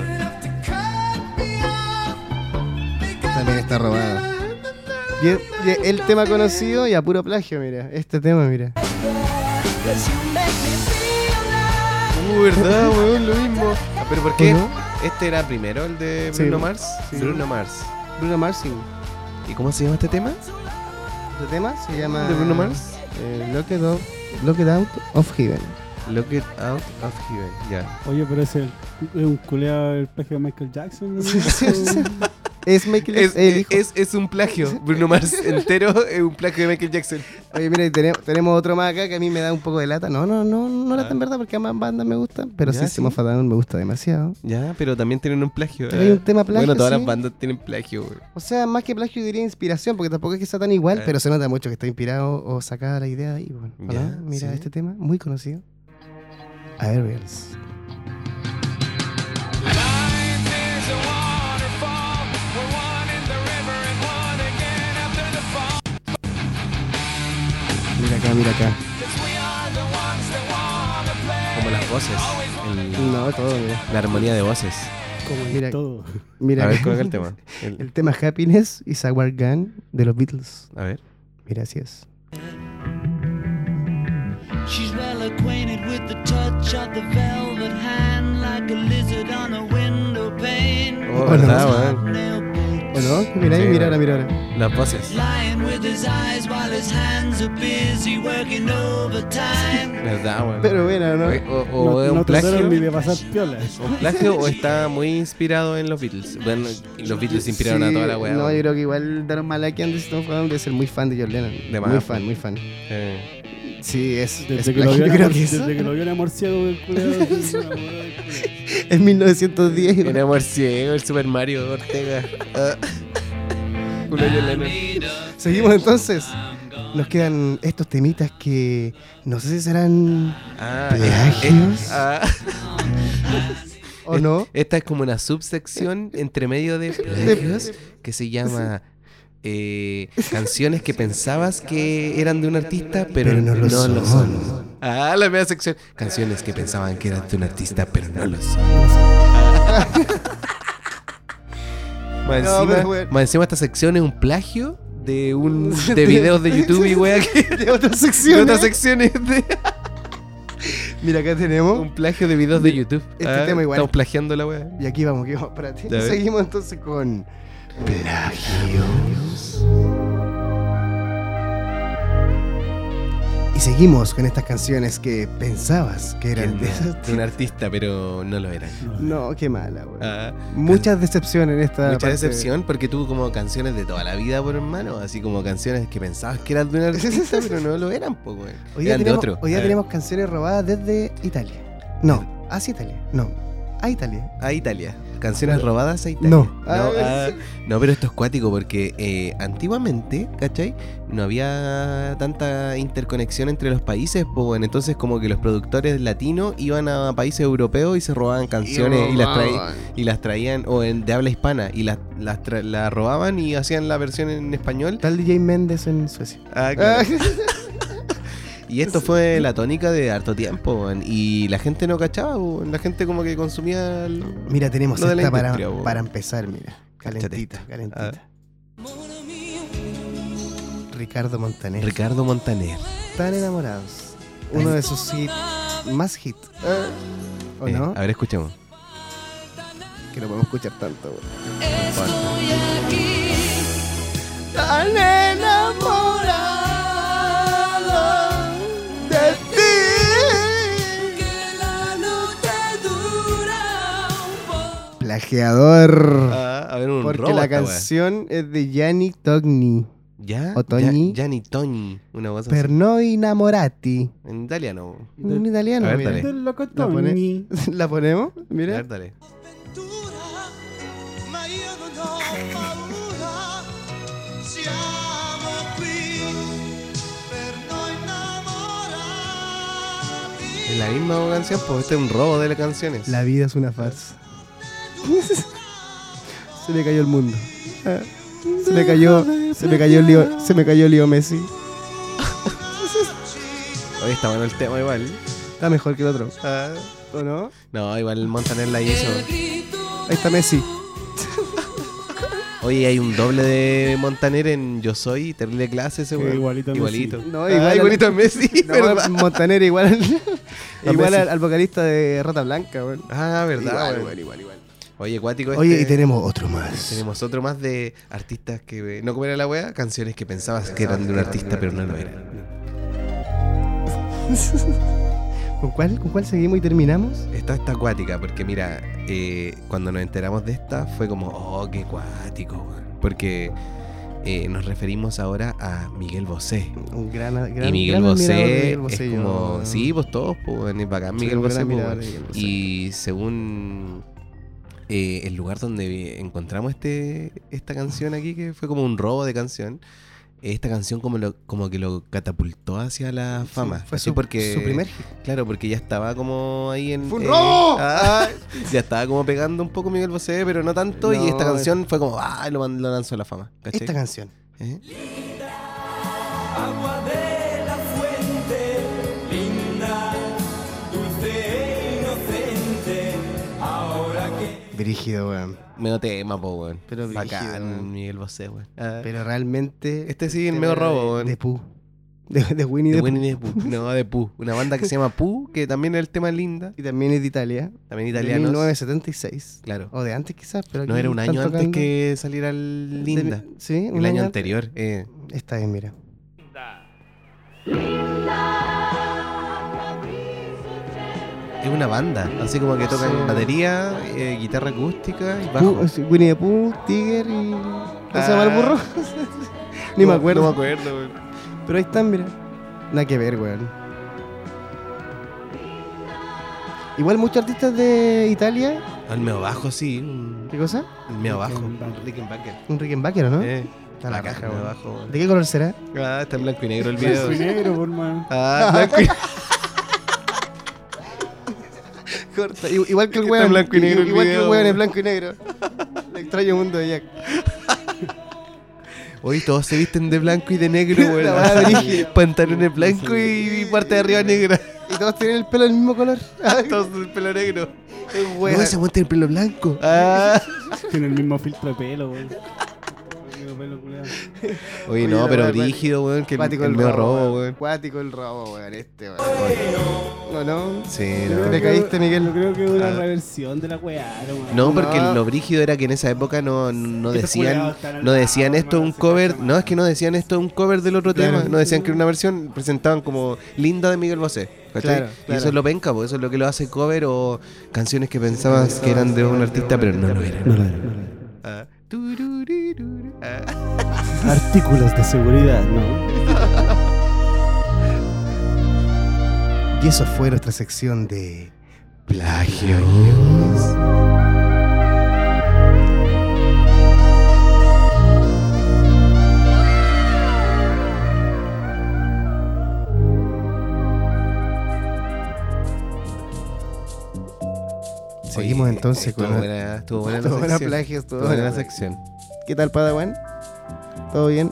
También está robado. Y el, y el tema conocido y a puro plagio, mira. Este tema, mira. Uh, ¿verdad, weón? Lo mismo. Ah, pero ¿por qué? ¿No? Este era primero, el de Sí, Bruno weón. Mars. Sí. Bruno Mars. Bruno Mars, sí. ¿Y cómo se llama este tema? Este tema se llama. ¿De Bruno Mars? Eh, Lock, it Up- Lock It Out of Heaven. Look it out of heaven. Ya. Oye, pero es, el, es un culeado el plagio de Michael Jackson. ¿no? Sí, sí, sí. Es Michael Es, el hijo. es, es un plagio. Bruno Mars entero es un plagio de Michael Jackson. Oye, mira, y tenemos, tenemos otro más acá que a mí me da un poco de lata. No, no, no, no lata en verdad porque ambas bandas me gustan. Pero Ah. Ya, sí, sí. Simo Fatadón me gusta demasiado. Ya, pero también tienen un plagio. ¿eh? Pero hay un tema plagio, Bueno, todas sí. las bandas tienen plagio, weón. O sea, más que plagio diría inspiración, porque tampoco es que sea tan igual, Ah. pero se nota mucho que está inspirado o sacada la idea de ahí. Bueno, ¿O no? Ya, Mira sí. este tema, muy conocido. Aerials. Mira acá, mira acá. Como las voces. el- No, todo, mira. la armonía de voces. Como en Mira. todo. Mira A ver, acá. ¿cuál es el tema? El- El tema Happiness y Sour Gun de los Beatles. a ver. Mira, así es. She's well acquainted with the touch of the velvet hand, like a lizard on a window pane. Oh, no. ¿verdad, weón? Nail ¿O no? Mira ahí, Sí, mira bueno. ahora, mira ahora. Las voces. Lying with his eyes while his hands are busy working overtime. ¿Verdad, weón? Pero bueno, ¿no? O, o No, es un no trataron ni plagio. de pasar piola. ¿Un plagio o está muy inspirado en los Beatles? Bueno, los Beatles inspiraron a Sí, toda la weá. No, weón. yo creo que igual Daron Malaki antes no fue de ser muy fan de John Lennon. De muy más, fan, muy fan. Eh, Sí, es. es Desde que, lo plagio, vio, yo creo enamor- que es. desde que lo vio enamorciado, weón, culeado, se enamoró del culeado. Es 1910. el amor ciego, el Super Mario Ortega. Ah. Julio Lennon. Seguimos entonces. Nos quedan estos temitas que no sé si serán Ah, ¿Plagios? eh, ah, o no. esta es como una subsección entre medio de plagios que se llama eh, canciones que pensabas que eran de un artista, pero, no, lo, son. Ah, la media sección. Canciones que pensaban que eran de un artista, pero no lo son. Ah. Más No, encima, pero, weón. más encima esta sección es un plagio de un de videos de YouTube y wea que De otra de sección. otras secciones de Mira, acá tenemos. un plagio de videos de YouTube. Ah, Este tema igual. Estamos plagiando la wea. Y aquí vamos, aquí vamos. Espérate. Ya ves. Seguimos entonces con. Plagios. Y seguimos con estas canciones que pensabas que eran de esas. de un artista, pero no lo era. No, qué mala, weón. Ah, Muchas decepciones en esta. mucha parte. decepción porque tuvo como canciones de toda la vida, por hermano. Así como canciones que pensabas que eran de un artista, pero no lo eran, po, güey. Hoy día, Eran tenemos, de otro. hoy día Ah, tenemos canciones robadas desde Italia. No, hacia Italia. No, a Italia. A Italia. Canciones robadas a Italia. No. No, A ver. ah, no, pero esto es cuático porque eh, antiguamente, ¿cachai? No había tanta interconexión entre los países, pues bueno, entonces como que los productores latinos iban a países europeos y se robaban canciones y, las traían. Y las traían, o en, de habla hispana, y las, las, tra- las robaban y hacían la versión en español. Tal DJ Méndez en Suecia. Ah, claro. Ah, Y esto fue la tónica de harto tiempo, weón. Y la gente no cachaba, weón. La gente como que consumía. el- Mira, tenemos Lo de la esta para, industria, bo. para empezar, mira. Calentita, esta. A calentita. Ricardo Montaner. Ricardo Montaner. Tan enamorados. Uno de sus hits más hit. Ah, ¿O Eh, no? A ver, escuchemos. Que no podemos escuchar tanto. bo. Estoy aquí. Tan enamorado de ti. Que la noche dura un poco. Plagiador. Ah, a ver, un Porque robo la esta weá. canción es de Yannick Togni. ¿Ya? o Toñi. Ya, Gianni Toñi. Una voz así. Per noi innamorati. En italiano. Un italiano, A ver, mira. dale. Del loco La pone- Tony. ¿La ponemos? A Mira. ver, dale. avventura, ma io non ho paura. Siamo qui per noi innamorati. Es la misma canción, pues este es un robo de las canciones. La vida es una farsa. se le cayó el mundo. Ah, Se me cayó, se me cayó Leo, se me cayó Leo Messi. Hoy está bueno el tema igual. Está mejor que el otro. Ah, ¿O no? No, igual Montaner la hizo. Ahí está Messi. Oye, hay un doble de Montaner en Yo Soy, terrible clase ese weón. igualito a Messi. Igualito. No, Ah, igual- igualito a Messi, No, ¿verdad? Montaner igual al, A igual Messi. al, al vocalista de Rata Blanca, weón. Ah, verdad, Igual, weón. igual, Oye, cuático este. Oye, y tenemos otro más. Tenemos otro más de artistas que eh, no comer a la wea, canciones que pensabas que eran de un artista, pero no lo eran. ¿Con cuál, ¿Con cuál seguimos y terminamos? Esta está acuática, porque mira, eh, cuando nos enteramos de esta fue como, oh, qué cuático, weón. porque eh, nos referimos ahora a Miguel Bosé. Un gran, gran y Miguel gran admirador Bosé de Miguel es Bosé, yo, como, weón. sí, pues todos, pues, es bacán Soy Miguel un Bosé, gran pues, admirador weón. de Miguel Bosé. Y según eh, el lugar donde vi- encontramos este, esta canción aquí, que fue como un robo de canción, esta canción como, lo, como que lo catapultó hacia la fama. Fue Así su, porque, su primer hit. Claro, porque ya estaba como ahí en... ¡Fue un eh, robo! ah, ya estaba como pegando un poco Miguel Bosé, pero no tanto, No, eh. y esta canción fue como, ah, lo, man- lo lanzó a la fama. ¿cachai? Esta canción. ¿Eh? Agua de la fuente, linda, dulce e inocente. Ahora que Brígido, weón. Medio tema, po, weón. Pero Bacán, brígido, weón. Miguel Bosé, weón. Ah, Pero realmente. este sí, el tema medio de- robo, weón. De Pooh. De, de Winnie De the Pooh. Winnie the Pooh. No, de Pooh. Una banda que se llama Pooh, que también el tema es linda. Y también es de Italia. También De italianos. 1976. Claro. O de antes, quizás. Pero No aquí era un están año antes tocando- que saliera el de- Linda. sí, un El año antes. anterior. eh. Está bien, mira. Es una banda. Así como que tocan batería, eh, guitarra acústica y bajo. Pooh, sí, Winnie the Pooh, Tiger y. ¿Cómo se llama el burro? Ni No, Ah, me acuerdo. No me acuerdo, weón. Pero ahí están, mira. Nada que ver, weón. Igual muchos artistas de Italia. El medio bajo, sí. un- ¿Qué cosa? El medio bajo. Rickenbacker. Rickenbacker. Un Rickenbacker, ¿o ¿no? Eh, Está la la raja, caja, medio weón. bajo. weón. ¿De qué color será? Ah, está en blanco y negro el Blanco video. y negro, por más. Ah, blanco y Corta, i- Igual que el Está weón. blanco y negro el Igual que video, el weón es weón. blanco y negro. El extraño mundo de Jack. Hoy todos se visten de blanco y de negro, güey. La verdad, brígido. Pantalones blancos y, y parte de arriba negra. Y todos tienen el pelo del mismo color. todos el pelo negro. Weón. aguanta el pelo blanco. Ah. Tiene el mismo filtro de pelo, weón. Pelo, pelo, culiao. Oye, Oye, no, la pero weá, brígido, weón, que el, Cuático el medio robo, weón. weón. Cuático el robo, weón. Este, weón. ¿O no? Sí, Creo no. Te que- caíste, Miguel. Yo creo que es una Ah. reversión de la weá, weón. No, porque No. lo brígido era que en esa época no, no Estos decían culiados están al no decían lado, esto es un hermano, se cover, cachan no más. es que no decían esto es un cover del otro Claro. tema, no decían que era una versión, presentaban como Linda de Miguel Bosé. ¿cachai? Claro, Y claro. eso es lo penca, porque eso es lo que lo hace cover o canciones que pensabas que eran de un artista, pero no lo eran. No lo era, no lo era. Ah. Tururiruru. Ah. Artículos de seguridad, no. Y eso fue nuestra sección de. Plagio. Seguimos entonces estuvo con- buena, estuvo buena la Todo buena sección. plagio, todo Estuvo buena buena la plagio. sección. ¿Qué tal, Padawan? ¿Todo bien?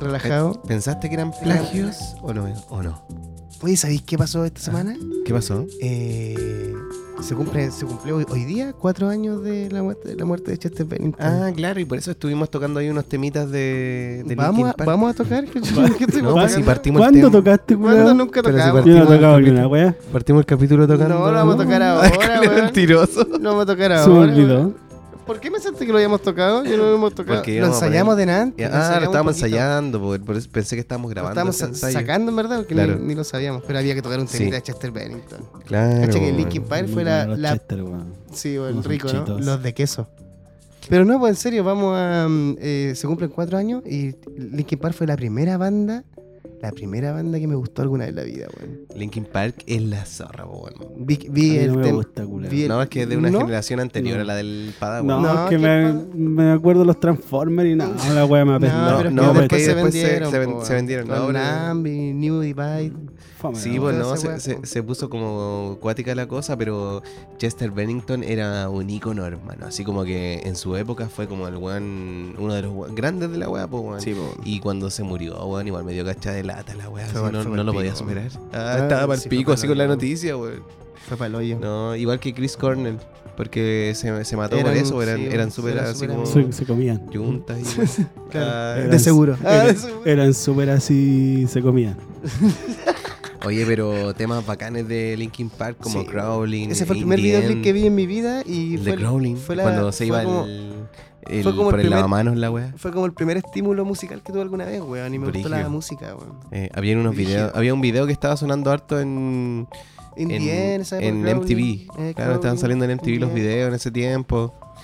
¿Relajado? ¿Pensaste que eran plagios o no? O no? Oye, ¿sabéis qué pasó esta semana? ¿Qué pasó? Eh, se cumple, se cumplió hoy, hoy día cuatro años de la muerte, de la muerte de Chester Bennington. Ah, claro, y por eso estuvimos tocando ahí unos temitas de, de vamos, Linkin a, Park. vamos a tocar. que yo- que estoy No, tocando. pues si partimos el ¿Cuándo tema. tocaste, ¿Cuándo? weón? nunca Pero si tocamos. Yo no he partimos tocado ni una weá. Partimos el capítulo tocando. No, lo vamos a tocar ahora, Con el weón. mentiroso. No vamos a tocar ahora. Se me olvidó. ¿Por qué pensaste que lo habíamos tocado? Yo no lo hemos tocado. Porque lo íbamos a ensayamos de Ya, antes. ah, lo estábamos ensayando ensayando, por, por eso pensé que estábamos Lo grabando. estábamos ese sa- ensayo. sacando en verdad porque Claro. ni, ni lo sabíamos, pero había que tocar un Sí. temita de Chester Bennington. Claro. Cacha que weón. Linkin Park fue la, Los la- Chester, weón. sí, bueno, unos rico, ¿no? chitos. Los de queso. Pero no, pues en serio, vamos a mm, eh, se cumplen cuatro años y Linkin Park fue la primera banda, la primera banda que me gustó alguna vez en la vida, weón. Linkin Park es la zorra, weón. Vi, A vi mí el no me tem- gusta, culiao. vi el- No, es que es de una ¿No? generación anterior a la del No, Padawan. No, es que ¿qué me, pasa? me me acuerdo los Transformers y nada, la weá me apesta. No, pero es no, que porque después se después se- vendieron. se po, ven- weón. se vendieron, no, Con pero- Nambi, New Divide. Fome, Sí, weón. bueno, Toda esa se, weá, se- po. se puso como cuática la cosa, pero Chester Bennington era un ícono, hermano. Así como que en su época fue como el weón, uno de los weón- grandes de la weá, pues, weón. Sí, po, weón. Y cuando se murió, weón, igual me dio cacha de lata la weá. así Fue mal- No, fue no mal lo pico, podía weón. superar. Ah, Ah, estaba para sí, el fue pico, pa'l así con la hoyo. noticia, weón. Fue para el hoyo. No, igual que Chris Cornell, porque se, se mató por Eran- eso, eran sí, eran súper eran así súper como Se, se comían. juntas y Claro, Ah, de seguro. Eran- Ah, de seguro. Eran súper así, se comían. Oye, pero temas bacanes de Linkin Park como Sí. Crawling. Ese fue el In primer the videoclip End, que vi en mi vida y el fue, de el- Crawling, fue la- cuando se fue iba como- el, el- fue como el por el, primer- lavamanos la wea. Fue como el primer estímulo musical que tuve alguna vez, weón. Y me gustó la Brígido. música, weón. Eh, había unos Brígido. videos, había un video que estaba sonando harto en, In en, the end, esa época, en Crowley, MTV. eh, claro, estaban Crowley, saliendo en In MTV the los End. videos en ese tiempo. ¿Cuál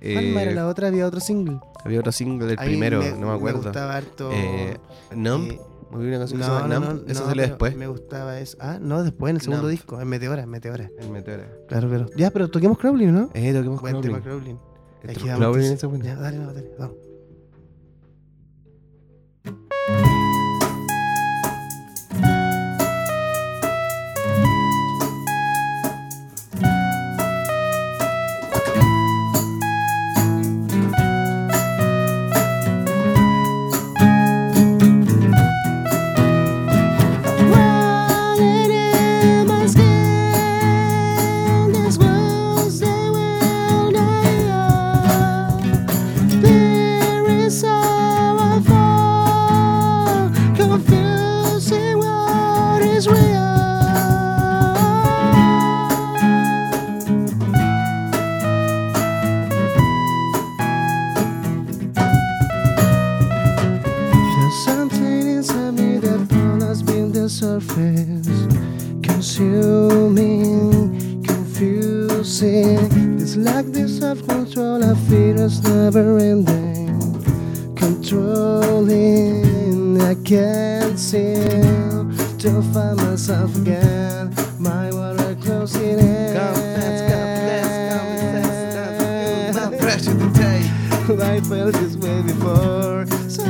Eh, era la otra? Había otro single. había otro single, el Ahí primero, no me acuerdo. Me gustaba harto. Eh, Numb, eh, había una canción que se no, llama no, Numb, no, eso no, salió pero después. Me gustaba eso. Ah, no, después en el segundo Numb. disco. En Meteora, en Meteora. El Meteora. Claro, claro. Ya, pero toquemos Crowling, ¿no? Eh, toquemos Buen tema, Crawling. Crowling. Eh, Aquí vamos, Crawling entonces. en ese momento. Ya, dale, no, dale, vamos. There's something inside me that burns beneath the surface, consuming, confusing. This lack, this self-control, I feel is never-ending, controlling. I can't seem to find myself again. My world are closing in. I felt this way before. So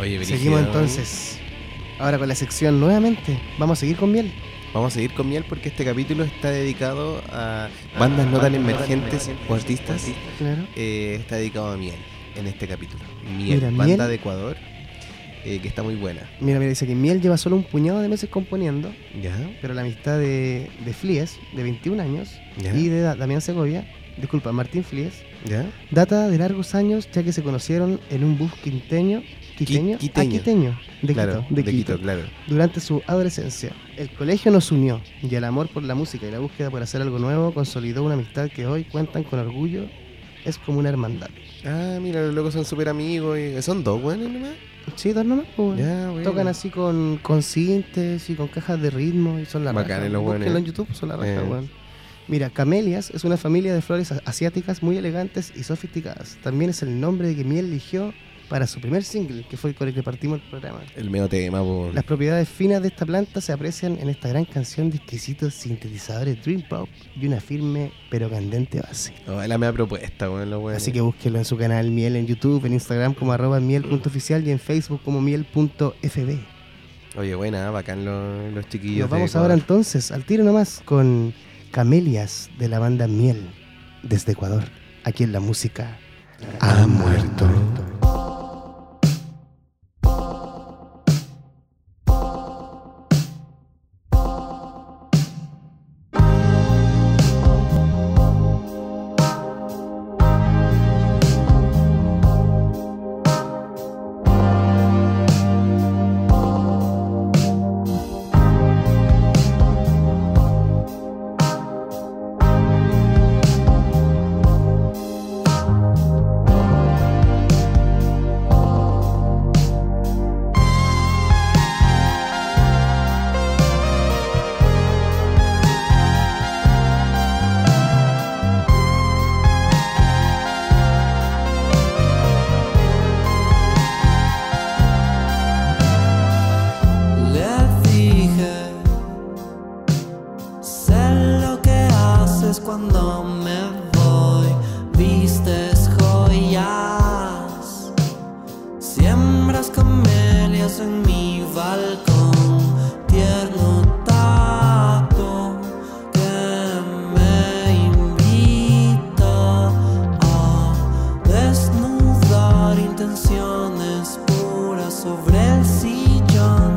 Oye, brígido. Seguimos entonces. Ahora con la sección nuevamente. Vamos a seguir con miel. Vamos a seguir con miel porque este capítulo está dedicado a bandas no tan emergentes o artistas. Claro. Eh, está dedicado a miel en este capítulo. Miel, Mira, banda Miel. de Ecuador, eh, que está muy buena. Mira, mira, dice que miel lleva solo un puñado de meses componiendo, ¿Ya? pero la amistad de, de Flies, de 21 años, Ya. y de Da- Damián Segovia, disculpa, Martín Flies, ¿Ya? data de largos años ya que se conocieron en un bus quinteño, Qui- quiteño, ah, quiteño. quiteño, de claro, Quito, de Quito, claro. durante su adolescencia. El colegio nos unió y el amor por la música y la búsqueda por hacer algo nuevo consolidó una amistad que hoy cuentan con orgullo. Es como una hermandad. Ah, mira, los locos son súper amigos y son dos buenos nomás. Sí, dos nomás, pues, weón. Ya, bueno. Tocan así con, con sintes y con cajas de ritmo y son la Bacanes raja. los Búsquenlo buenos. en YouTube, son la raja, Eh. weón. Mira, Camelias es una familia de flores a- asiáticas muy elegantes y sofisticadas. También es el nombre que Miel eligió para su primer single, que fue con el que partimos el programa. El medio tema, po. Las propiedades finas de esta planta se aprecian en esta gran canción de exquisitos sintetizadores Dream Pop y una firme pero candente base. Oh, la media propuesta, weón, los weones. Así que búsquenlo en su canal Miel en YouTube, en Instagram como arroba miel.oficial y en Facebook como miel.fb. Oye, buena, bacán los, los chiquillos. Nos de vamos Ecuador. ahora entonces al tiro nomás con Camelias de la banda Miel desde Ecuador. Aquí en la música ha muerto. Les dije, sé lo que haces cuando me voy, vistes joyas, siembras camelias en mi balcón, tierno tacto que me invita a desnudar intenciones puras sobre el sillón.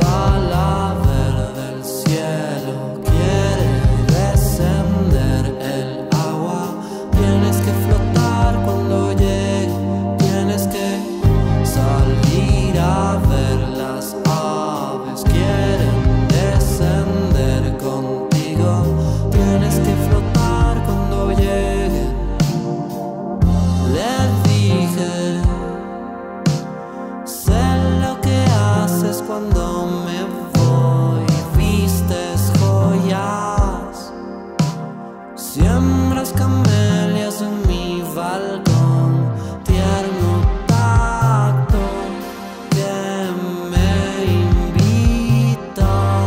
Sala verde del cielo quiere descender el agua. Tienes que flotar cuando llegue, tienes que salir a ver las aves. Quieren descender contigo, tienes que flotar cuando llegue. Les dije. Sé lo que haces cuando me voy, vistes joyas, siembras camelias en mi balcón, tierno tacto que me invita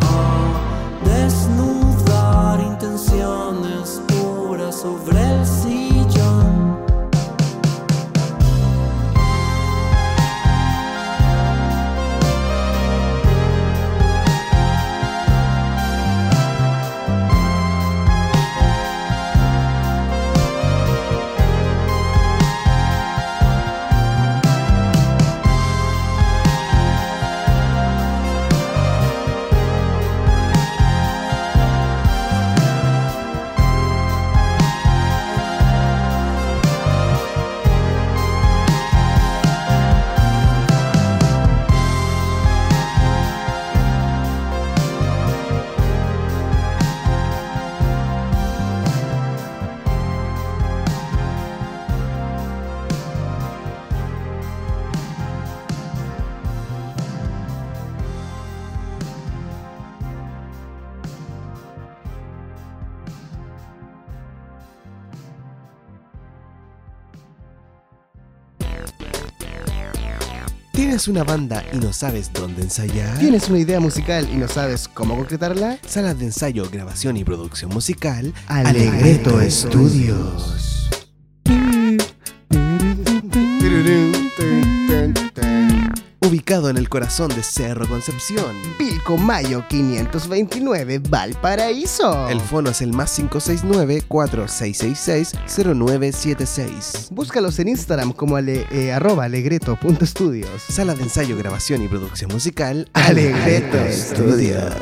a desnudar intenciones puras sobre el sillón. ¿Tienes una banda y no sabes dónde ensayar? ¿Tienes una idea musical y no sabes cómo concretarla? salas de ensayo, grabación y producción musical? Alegreto Estudios. Ubicados ubicado en el corazón de Cerro Concepción. Pilco Mayo 529, Valparaíso. El fono es el más 569-4666-0976. Búscalos en Instagram como ale, eh, arroba alegreto.studios. Sala de ensayo, grabación y producción musical Alegreto Studios.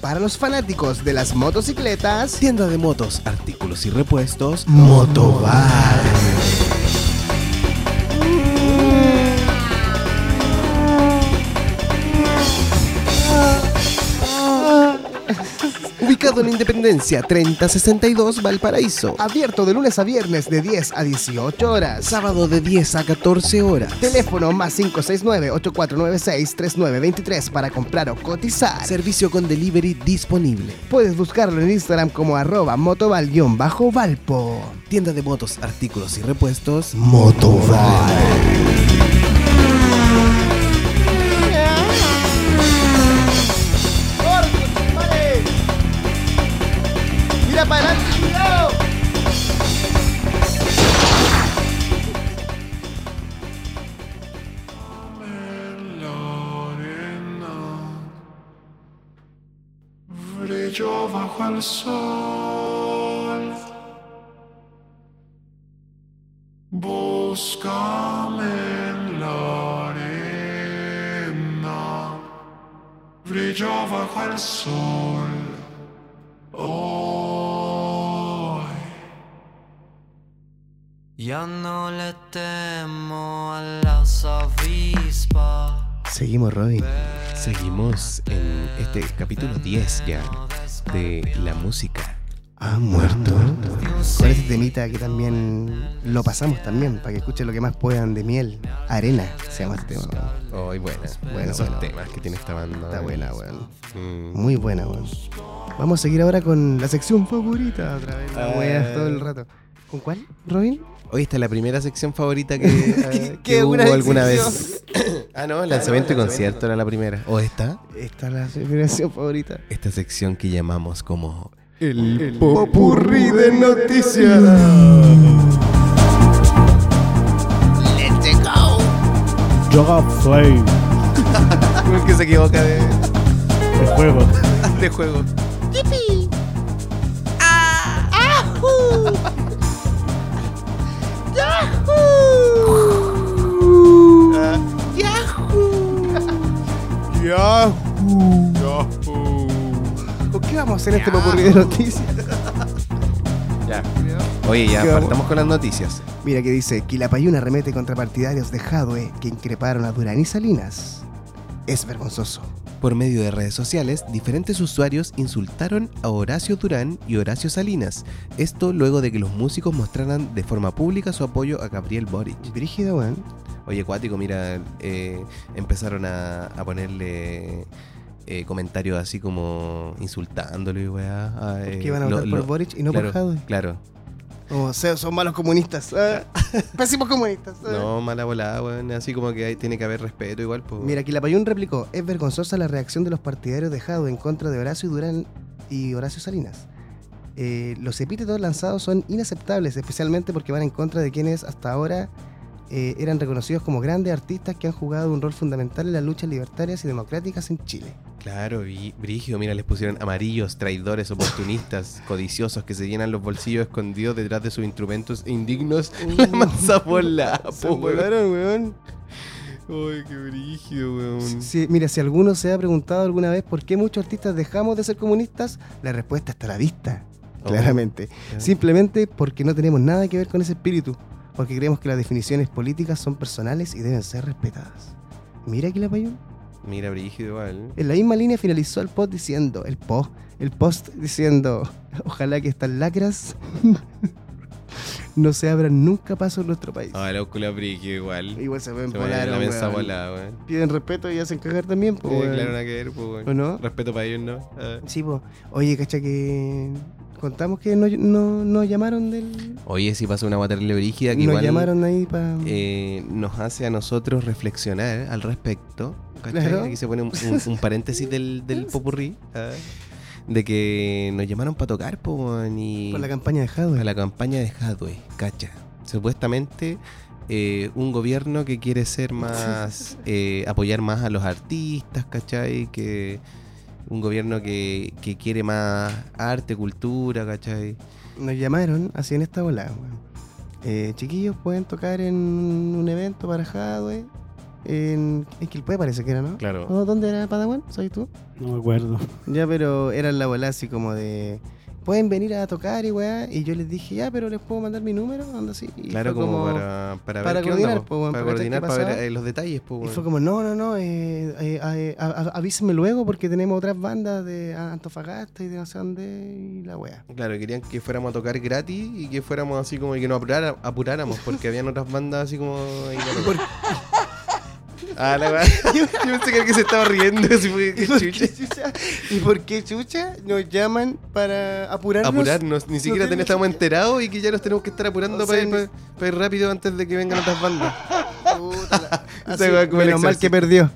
Para los fanáticos de las motocicletas, Tienda de motos, artículos y repuestos. Motobar. Ubicado en Independencia 3062 Valparaíso. Abierto de lunes a viernes de 10 a 18 horas. Sábado de 10 a 14 horas. Teléfono más 569-8496-3923 para comprar o cotizar. Servicio con delivery disponible. Puedes buscarlo en Instagram como arroba motoval-valpo. Tienda de motos, artículos y repuestos. ¡Mira para adelante, cuidado! Brillo bajo el sol. Búscame en la arena. Brillo bajo el sol. Hoy. Ya no le temo a las avispas. Seguimos, Robin. Seguimos en este capítulo 10 ya de la música. Ha muerto. Con este temita que también lo pasamos también, para que escuchen lo que más puedan de miel. Arena se llama este tema. weón. Hoy buena. Bueno, Esos bueno. temas que tiene esta banda. Está buena, weón. Mm. Muy buena, weón. Vamos a seguir ahora con la sección favorita otra vez. La weas todo el rato. ¿Con cuál, Robin? Hoy está la primera sección favorita que, eh, que Que- que hubo una alguna vez. sección. ah, no, lanzamiento y concierto era la primera. ¿O esta? Esta es la sección favorita. Esta sección que llamamos como El popurrí de noticias. Yoga Flame, Uno que se equivoca de, el juego. de juego. ¿Con qué vamos a hacer este popurrí de noticias? Ya. Oye, ya Qué vamos. partamos con las noticias. Mira que dice, Quilapayún arremete contra partidarios de Jadwe que increparon a Durán y Salinas. Es vergonzoso. Por medio de redes sociales, diferentes usuarios insultaron a Horacio Durán y Horacio Salinas. Esto luego de que los músicos mostraran de forma pública su apoyo a Gabriel Boric. Brígido, weón. Oye, Cuático, mira, eh, empezaron a, a ponerle eh, comentarios así como insultándolo y weá. a, eh, que van a lo- votar por lo- Boric y no claro, por Jadwe. Oh, Claro. O sea, son malos comunistas. ah. Pésimos comunistas. ah. No, mala volada, weón. Así como que hay- tiene que haber respeto igual. Pues. Mira, Quilapayún replicó, es vergonzosa la reacción de los partidarios de Jadwe en contra de Horacio Durán y Horacio Salinas. Eh, los epítetos lanzados son inaceptables, especialmente porque van en contra de quienes hasta ahora eh, eran reconocidos como grandes artistas que han jugado un rol fundamental en las luchas libertarias y democráticas en Chile. Claro, y Brigio, mira, les pusieron amarillos, traidores, oportunistas, codiciosos que se llenan los bolsillos escondidos detrás de sus instrumentos indignos. la mansa por la, po, weón. Ay, qué brigio, weón. Si- mira, si alguno se ha preguntado alguna vez por qué muchos artistas dejamos de ser comunistas, la respuesta está a la vista, Oh, claramente. claro. Simplemente porque no tenemos nada que ver con ese espíritu, porque creemos que las definiciones políticas son personales y deben ser respetadas. Mira aquí la payón. Mira, Brigio, igual. En la misma línea finalizó el post diciendo, el post, el post diciendo, ojalá que estas lacras no se abran nunca paso en nuestro país. Ah, la oscula brique igual. Igual se pueden Se van a ir volar, a la weón. mesa volada, weón. Piden respeto y hacen cagar también, pues. Eh, weón. claro, nada que ver, pues, weón. ¿O no? Respeto para ellos, ¿no? Ah. Sí, pues. Oye, cacha que contamos que no, no, nos llamaron del. Oye, si pasa una guaterle brígida que Nos igual llamaron ahí para. eh, nos hace a nosotros reflexionar al respecto. ¿cachai? Claro. Aquí se pone un, un- un paréntesis del, del popurrí. ah, De que nos llamaron para tocar, pues, weón, y... por la campaña de Hadwe. a la campaña de Hathaway, cacha. Supuestamente eh, un gobierno que quiere ser más, eh, apoyar más a los artistas, ¿cachai? Que un gobierno que, que quiere más arte, cultura, ¿cachai? Nos llamaron así en esta volada, weón. Eh, chiquillos pueden tocar en un evento para Hadwe. En, en Quilpue parece que era, ¿no? Claro. ¿O ¿Dónde era Padawan? ¿Soy tú? No me acuerdo. Ya, pero era la bola así como de. Pueden venir a tocar y weá. Y yo les dije, ya, pero les puedo mandar mi número, anda así. Y claro, fue como, para, para, para ver qué coordinar, onda, po, po, weón, para para cachar qué coordinar, para ver pasaba. eh, los detalles, po, Y weón. fue como, no, no, no, eh, eh, eh, a- a- avísenme luego porque tenemos otras bandas de Antofagasta y de no sé dónde y la wea. Claro, querían que fuéramos a tocar gratis y que fuéramos así como y que nos apurara- apuráramos, porque habían otras bandas así como. ahí para tocar. Ah, la weá. Yo pensé que alguien se estaba riendo, así fue ¿Y que por, qué, chucha. chucha? ¿Y por qué chucha nos llaman para apurarnos? apurarnos, ni siquiera este tenemos ten- estamos idea. enterados y que ya nos tenemos que estar apurando O para, sea, ir, ni- para- para ir rápido antes de que vengan otras bandas. Puta la- Así, Esa wea como el menos mal exorcista. que perdió.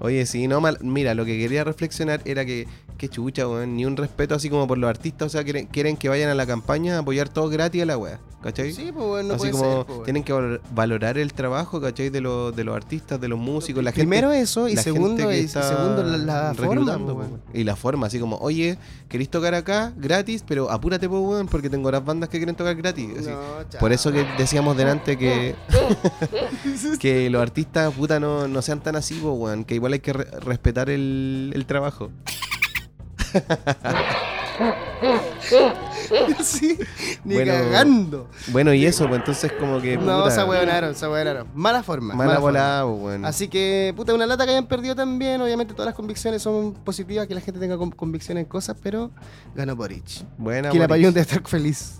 Oye, sí, no mal. Mira, lo que quería reflexionar era que, qué chucha, weón, ni un respeto así como por los artistas, o sea, quieren, quieren que vayan a la campaña a apoyar todo gratis a la wea, ¿cachai? Sí, pues bueno, así puede como ser, pues, bueno. tienen que valor- valorar el trabajo, ¿cachai? De, los de los artistas, de los músicos, la gente. Primero eso y la segundo, gente que y está segundo la, la forma. reclutando, po, pues, bueno. weón. Y la forma, así como, oye, queréis tocar acá gratis, pero apúrate, po, weón, porque tengo las bandas que quieren tocar gratis. así. No, Eh, chao. Por eso que decíamos delante que, eh. que los artistas, puta, no, no sean tan así, po, weón, que igual hay que re- respetar el, el trabajo. sí, ni Bueno, cagando. Bueno, y eso, pues entonces como que... No, puta, se ahueonaron, se ahueonaron. Mala forma. Mala forma. volada, po, weón. Así que, puta, una lata que hayan perdido también. Obviamente todas las convicciones son positivas, que la gente tenga con- convicción en cosas, pero ganó Boric. Buena, Que la Boric. payón debe estar feliz.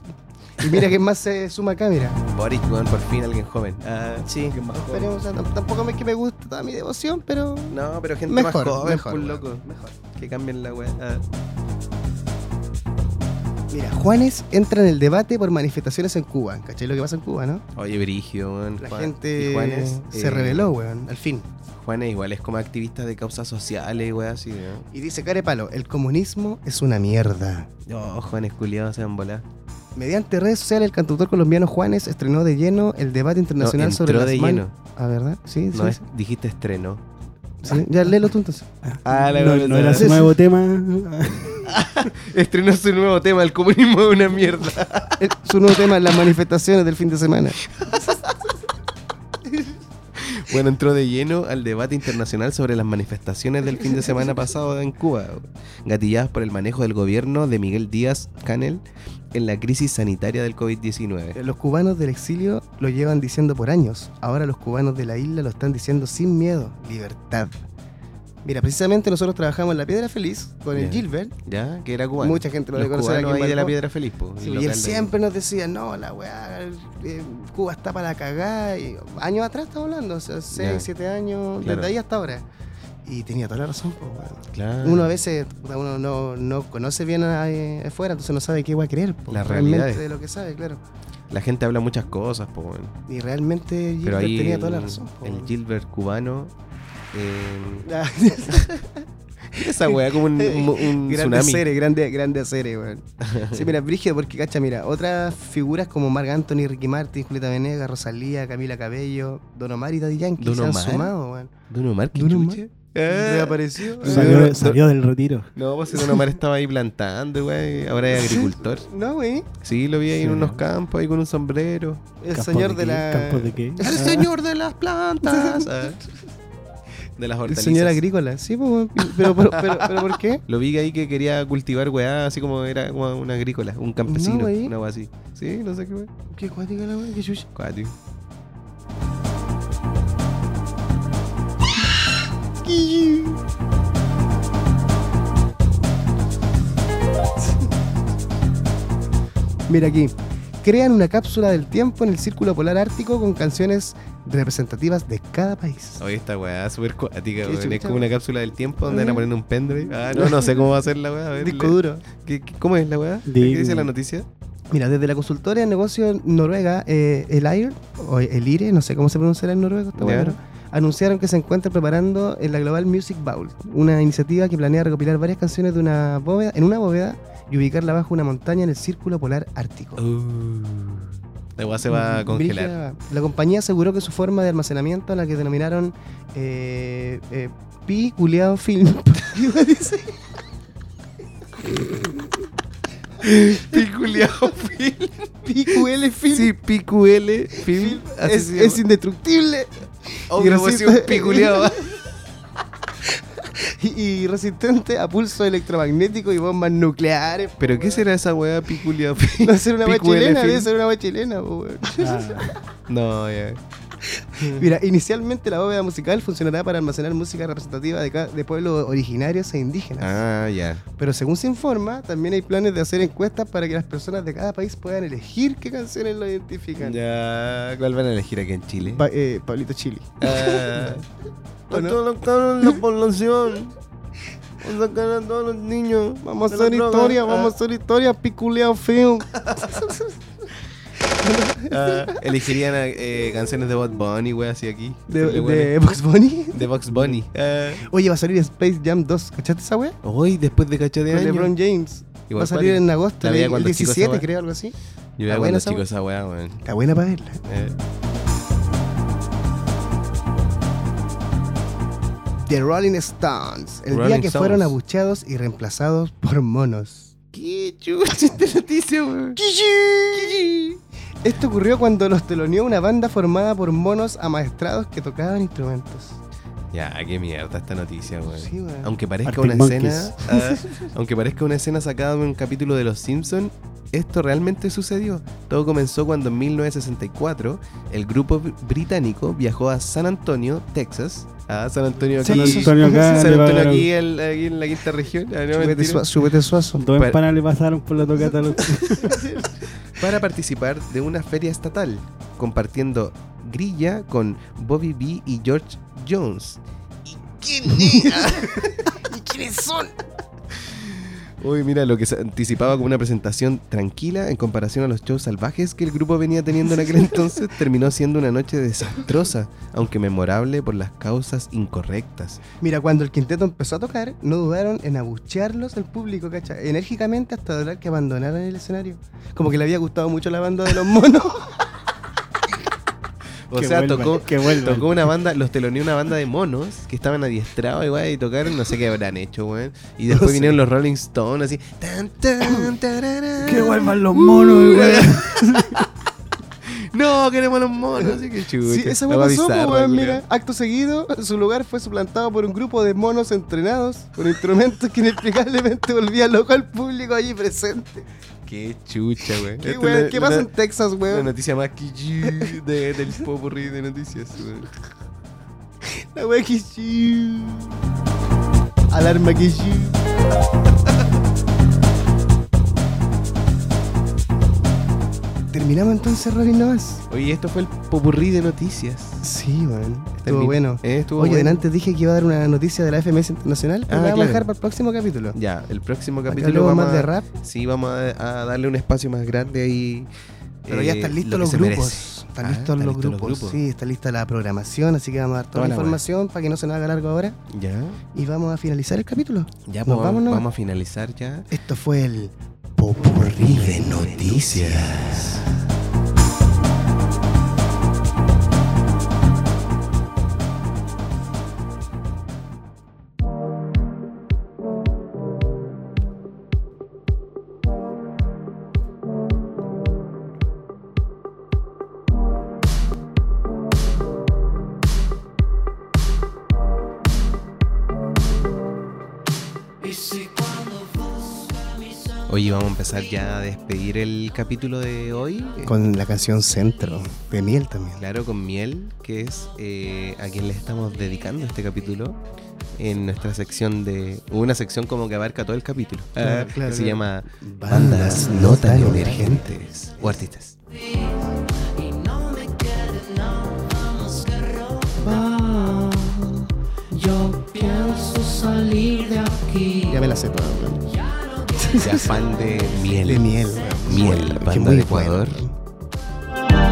Y mira que más se suma acá, mira. Boric, weón, por fin alguien joven. Ah, Sí, esperemos, o sea, tam- tampoco es que me gusta toda mi devoción, pero... no, pero gente Mejor, más joven, mejor, por weón, loco. mejor. Que cambien la weá. Ah. Mira, Juanes entra en el debate por manifestaciones en Cuba. ¿Cachai lo que pasa en Cuba, no? Oye, Brigio, weón. La Juan- gente y Juanes, se eh, rebeló, weón, al fin. Juanes igual es como activista de causas sociales, weón, así, ¿no? Y dice Carepalo, el comunismo es una mierda. Oh, Juanes culiados se han volado. Mediante redes sociales, el cantautor colombiano Juanes estrenó de lleno el debate internacional No, sobre entró las de man- lleno. Ah, ¿verdad? Sí, sí, No, es- sí, dijiste estreno. sí. Ya léelo tú entonces. Ah, la no, verdad. no era su nuevo tema. Estrenó su nuevo tema, el comunismo es una mierda. Eh, Su nuevo tema, las manifestaciones del fin de semana. Bueno, entró de lleno al debate internacional sobre las manifestaciones del fin de semana pasado en Cuba, gatilladas por el manejo del gobierno de Miguel Díaz Canel en la crisis sanitaria del Eh, COVID-19. Los cubanos del exilio lo llevan diciendo por años. Ahora los cubanos de la isla lo están diciendo sin miedo. Libertad. Mira, precisamente nosotros trabajamos en La Piedra Feliz con el Ya. Gilbert. ¿Ya? Que era cubano. Mucha gente lo Los debe conocer cubanos aquí en ahí de la Balcón. Piedra Feliz, po, el Sí, y él local de- siempre nos decía, no, la weá, eh, Cuba está para la cagada. y años atrás estamos hablando, o sea, 6, Ya. 7 años, Claro. desde ahí hasta ahora. Y tenía toda la razón, pues, weón. Claro. Uno a veces, puta, uno no, no conoce bien a- eh, afuera, entonces no sabe qué va a querer. pues, Las realmente realidades. de lo que sabe, claro. La gente habla muchas cosas, po, bueno. Y realmente Gilbert pero ahí tenía el, toda la razón. pues, el weón. Gilbert cubano. eh, Ah, esa weá como un, un- un grande tsunami. serie, grande, grande serie, weón. Sí, mira, brígido porque, cacha, mira, otras figuras como Marc Anthony, Ricky Martin, Julieta Venegas, Rosalía, Camila Cabello, Don Omar y Daddy Yankee ¿Don se han Omar? Eh. sumado, weón. Don Omar, ¿qué Don Omar. chucha? Reapareció. Eh, salió, no. salió del retiro. No, pues si Don Omar estaba ahí plantando, güey. Ahora es agricultor. No, güey. Sí, lo vi ahí en Sí. unos campos, ahí con un sombrero. El ¿Campos señor de de qué? la. ¿Campos de qué? El señor de las plantas. Ah. De las El hortalizas. señor agrícola, sí, pues, weón. pero, pero, pero, pero ¿por qué? Lo vi ahí que quería cultivar, weá, así como era como un agrícola, un campesino, No, güey. una weá así. Sí, no sé qué weá. Qué cuática la weón, qué chucha. Cuático. Mira aquí. crean una cápsula del tiempo en el círculo polar ártico con canciones representativas de cada país. Oye, esta weá es súper cuática, Qué weón. Es chucha, como una cápsula del tiempo donde Ah, van a ya. poner un pendrive. Ah, no, no sé cómo va a ser la weá. a ver, Disco le- duro. ¿Qué- qué- ¿Cómo es la weá? ¿Qué Digo. dice la noticia? Mira, desde la consultora de negocios noruega, eh, el AIR, o el IRE, no sé cómo se pronunciará en noruego, esta weá, Ya. pero anunciaron que se encuentra preparando en la Global Music Bowl, una iniciativa que planea recopilar varias canciones de una bóveda, en una bóveda y ubicarla bajo una montaña en el Círculo Polar Ártico. La weá se va a congelar. Brígida. La compañía aseguró que su forma de almacenamiento, a la que denominaron eh, eh, Pi Culeado Film, dice, Piculeado Phil. PQL Film, Sí, PQL Phil. Así es, se llama. es indestructible Oh, y pero resi- sí, un piculeado. y, y resistente a pulso electromagnético y bombas nucleares. ¿Pero qué será esa weá piculeado Phil? No ser una wea Pico de chilena, elefín. debe ser una wea chilena, po, weón. Ah, No, ya. Mira, inicialmente la bóveda musical funcionará para almacenar música representativa de, ca- de pueblos originarios e indígenas. Ah, ya. Pero según se informa, también hay planes de hacer encuestas para que las personas de cada país puedan elegir qué canciones lo identifican. Ya, ¿cuál van a elegir aquí en Chile? Pa- eh, Pablito Chili. Ah, a todos los cabros de la población. Vamos a sacar a todos los niños. Vamos a de la hacer droga. historia, Ah, vamos a hacer historia, piculeado feo. ah, elegirían a, eh, canciones de Bad Bunny, wey, así aquí. De, Los de weones. Box Bunny. de Box Bunny. Ah, Oye, va a salir Space Jam 2, ¿cachaste esa wea? Hoy, después de cacho de Con año. LeBron James. Igual va a salir cuático. en agosto, La el, veía el cuando chico esa 17 weá. creo, algo así. Yo Ah, veía buena cuando esa chico esa weá, weón. Está buena para verla. Eh, The Rolling Stones, el día Rolling que Stones. fueron abucheados y reemplazados por monos. Qué chucha esta noticia, weón. Esto ocurrió cuando los teloneó una banda formada por monos amaestrados que tocaban instrumentos. Ya, qué mierda esta noticia, weón. Sí, weón. Aunque parezca Arctic una Monkeys. escena, ah, aunque parezca una escena sacada de un capítulo de Los Simpson, esto realmente sucedió. Todo comenzó cuando en 1964 el grupo br- británico viajó a San Antonio, Texas. Ah, San Antonio aquí. San Antonio acá, San le Antonio pagaron. aquí, el- aquí en la quinta región. Ah, no, Súbete mentira. sua- Súbete suazo. Dos empanadas le pasaron por la tocata. a los- para participar de una feria estatal, compartiendo grilla con Bobby B y George Jones. ¿Y quién ¿Y quiénes son? Uy, mira, lo que se anticipaba como una presentación tranquila en comparación a los shows salvajes que el grupo venía teniendo en aquel entonces, terminó siendo una noche desastrosa, aunque memorable por las causas incorrectas. Mira, cuando el quinteto empezó a tocar, no dudaron en abuchearlos al público, ¿cacha? Enérgicamente hasta lograr que abandonaran el escenario. Como que le había gustado mucho la banda de los monos. O Que sea, vuelvan, tocó, que vuelvan. tocó una banda, los teloneó una banda de monos que estaban adiestrados y, weá, y tocaron, no sé qué habrán hecho, weón. Y después sé. vinieron los Rolling Stones, así. Tan, tan, tararán. Que vuelvan los monos, weón. No, queremos los monos, así que chucha. Sí, esa La weá weá pasó, bizarra, po, weón, culiao. mira. Acto seguido, su lugar fue suplantado por un grupo de monos entrenados con instrumentos que inexplicablemente volvía loco al público allí presente. Qué chucha, weón. ¿Qué, Esta weón? es la- ¿Qué la- pasa en Texas, La weón? noticia más quichí de, del popurrí de noticias, weón. La wea que sí. Alarma que sí. Terminamos entonces, Robin, nomás. Oye, esto fue el popurrí de noticias. Sí, weón. Estuvo Termin- bueno. Eh, estuvo Oye, bueno. antes dije que iba a dar una noticia de la FMS Internacional, pero Ah, la vamos a claro. dejar para el próximo capítulo. Ya, el próximo Acá capítulo hablamos vamos más de a- rap. Sí, vamos a, a darle un espacio más grande ahí. Pero eh, ya están listos lo que los se grupos. merece. Están Ah, listos los grupos. Sí, está lista la programación, así que vamos a dar toda Toda la la wea. información para que no se nos haga largo ahora. Ya, Y vamos a finalizar el capítulo. ya pues, Nos vamos, vamos, ¿no? vamos a finalizar ya. Esto fue el Popurrí de Noticias. Oye, vamos a empezar ya a despedir el capítulo de hoy. Eh, Con la canción Centro, de miel también. Claro, con Miel, que es eh, a quien le estamos dedicando este capítulo. en nuestra sección de. Una sección como que abarca todo el capítulo. Claro, eh, claro, que se claro. llama Bandas no tan emergentes. o artistas. Y no me quieres, no, vamos que roba. Yo pienso salir de aquí. Ya me la sé toda, weón. Ya fan de miel. De miel, weón. Miel, Bueno, banda que muy de Ecuador. bueno.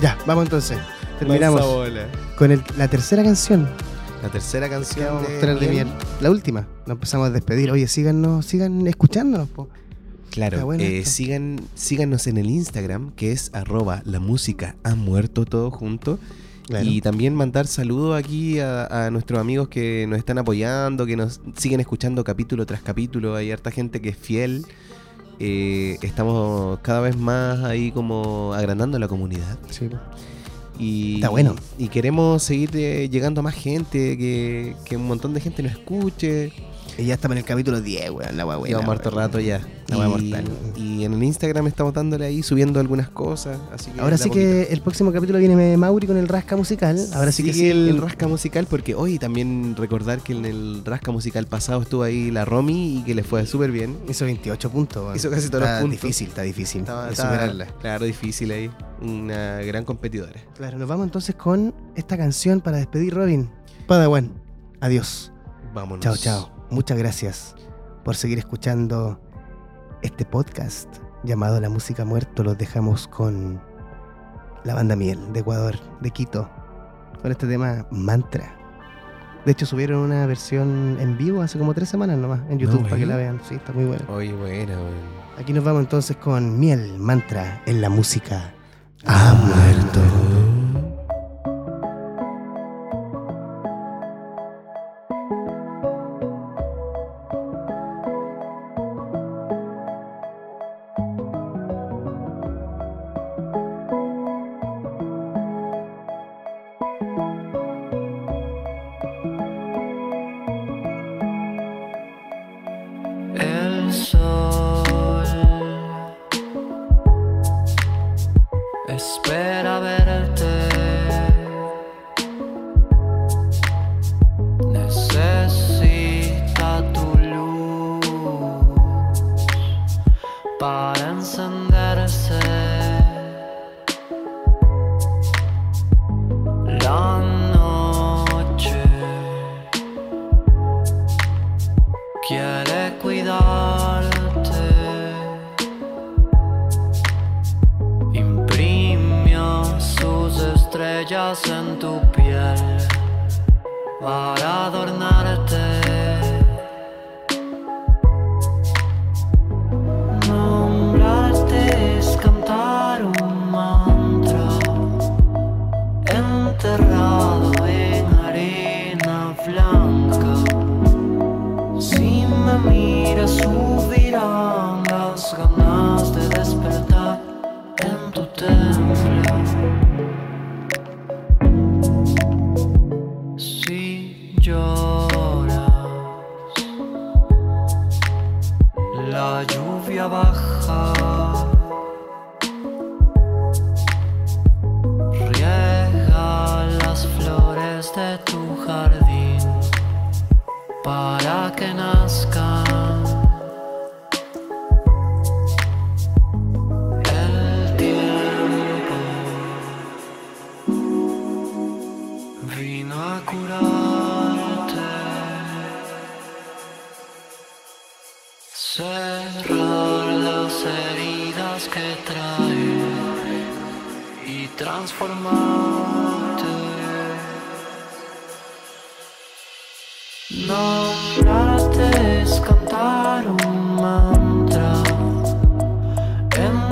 Ya, vamos entonces. Terminamos con el- la tercera canción La tercera que canción. vamos a mostrar de miel. La última. Nos empezamos a despedir. Oye, síganos, sigan escuchándonos, po. Está Claro, bueno eh, esto. sigan, síganos en el Instagram que es arroba la música ha muerto todo junto. Y también mandar saludos aquí a, a nuestros amigos que nos están apoyando, que nos siguen escuchando capítulo tras capítulo. Hay harta gente que es fiel. Eh, estamos cada vez más ahí como agrandando la comunidad. Sí, po. Y, Está bueno. Y queremos seguir eh, llegando a más gente, que, que un montón de gente nos escuche. Y ya estamos en el capítulo 10, weón. La weá buena, Llevamos harto weón. rato ya. La wea Y- mortal. Y en el Instagram estamos dándole ahí, subiendo algunas cosas. Así que Ahora de a sí que el próximo capítulo viene Mauri con el rasca musical. poquito. Ahora sí que Sigue sí, el rasca musical, porque hoy también recordar que en el rasca musical pasado estuvo ahí la Romy y que le fue súper bien. Hizo 28 puntos. weón. Hizo casi todos los Está puntos. difícil, está difícil Estaba- de estaba- superarla. Claro, difícil ahí. Una gran competidora. Claro, nos vamos entonces con esta canción para despedir Robin. Padawan, adiós. Vámonos. Chao, chao. Muchas gracias por seguir escuchando este podcast llamado La Música Muerto. Los dejamos con la banda Miel de Ecuador, de Quito, con este tema Mantra. De hecho, subieron una versión en vivo hace como tres semanas nomás en YouTube para que la vean. Sí, está muy buena. Oye, buena, weón. Aquí nos vamos entonces con Miel, Mantra en la música. Ha muerto. El sol espera verte. Necesita tu luz para encenderse. La noche quiere cuidarte. Imprimió sus estrellas en tu piel para adornarte. Nombrarte es cantar un mantra enterrado en arena blanca. Si me miras subirán las ganas de despertar en tu templo. Si lloras, la lluvia baja. Riega las flores de tu jardín para que nazca el tiempo vino a curarte cerrar las heridas que trae y transformarte Nombrarte es cantar un mantra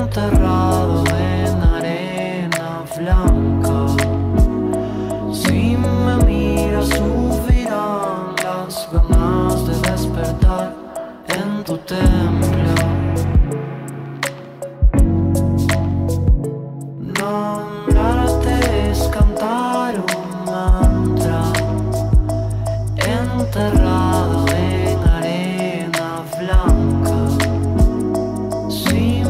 enterrado en arena blanca. Si me miras subirán las ganas de despertar en tu templo. Nombrarte es cantar un mantra enterrado en arena blanca. Si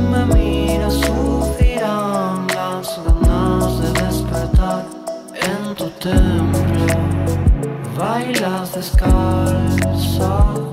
templo, bailas descalza. Ah.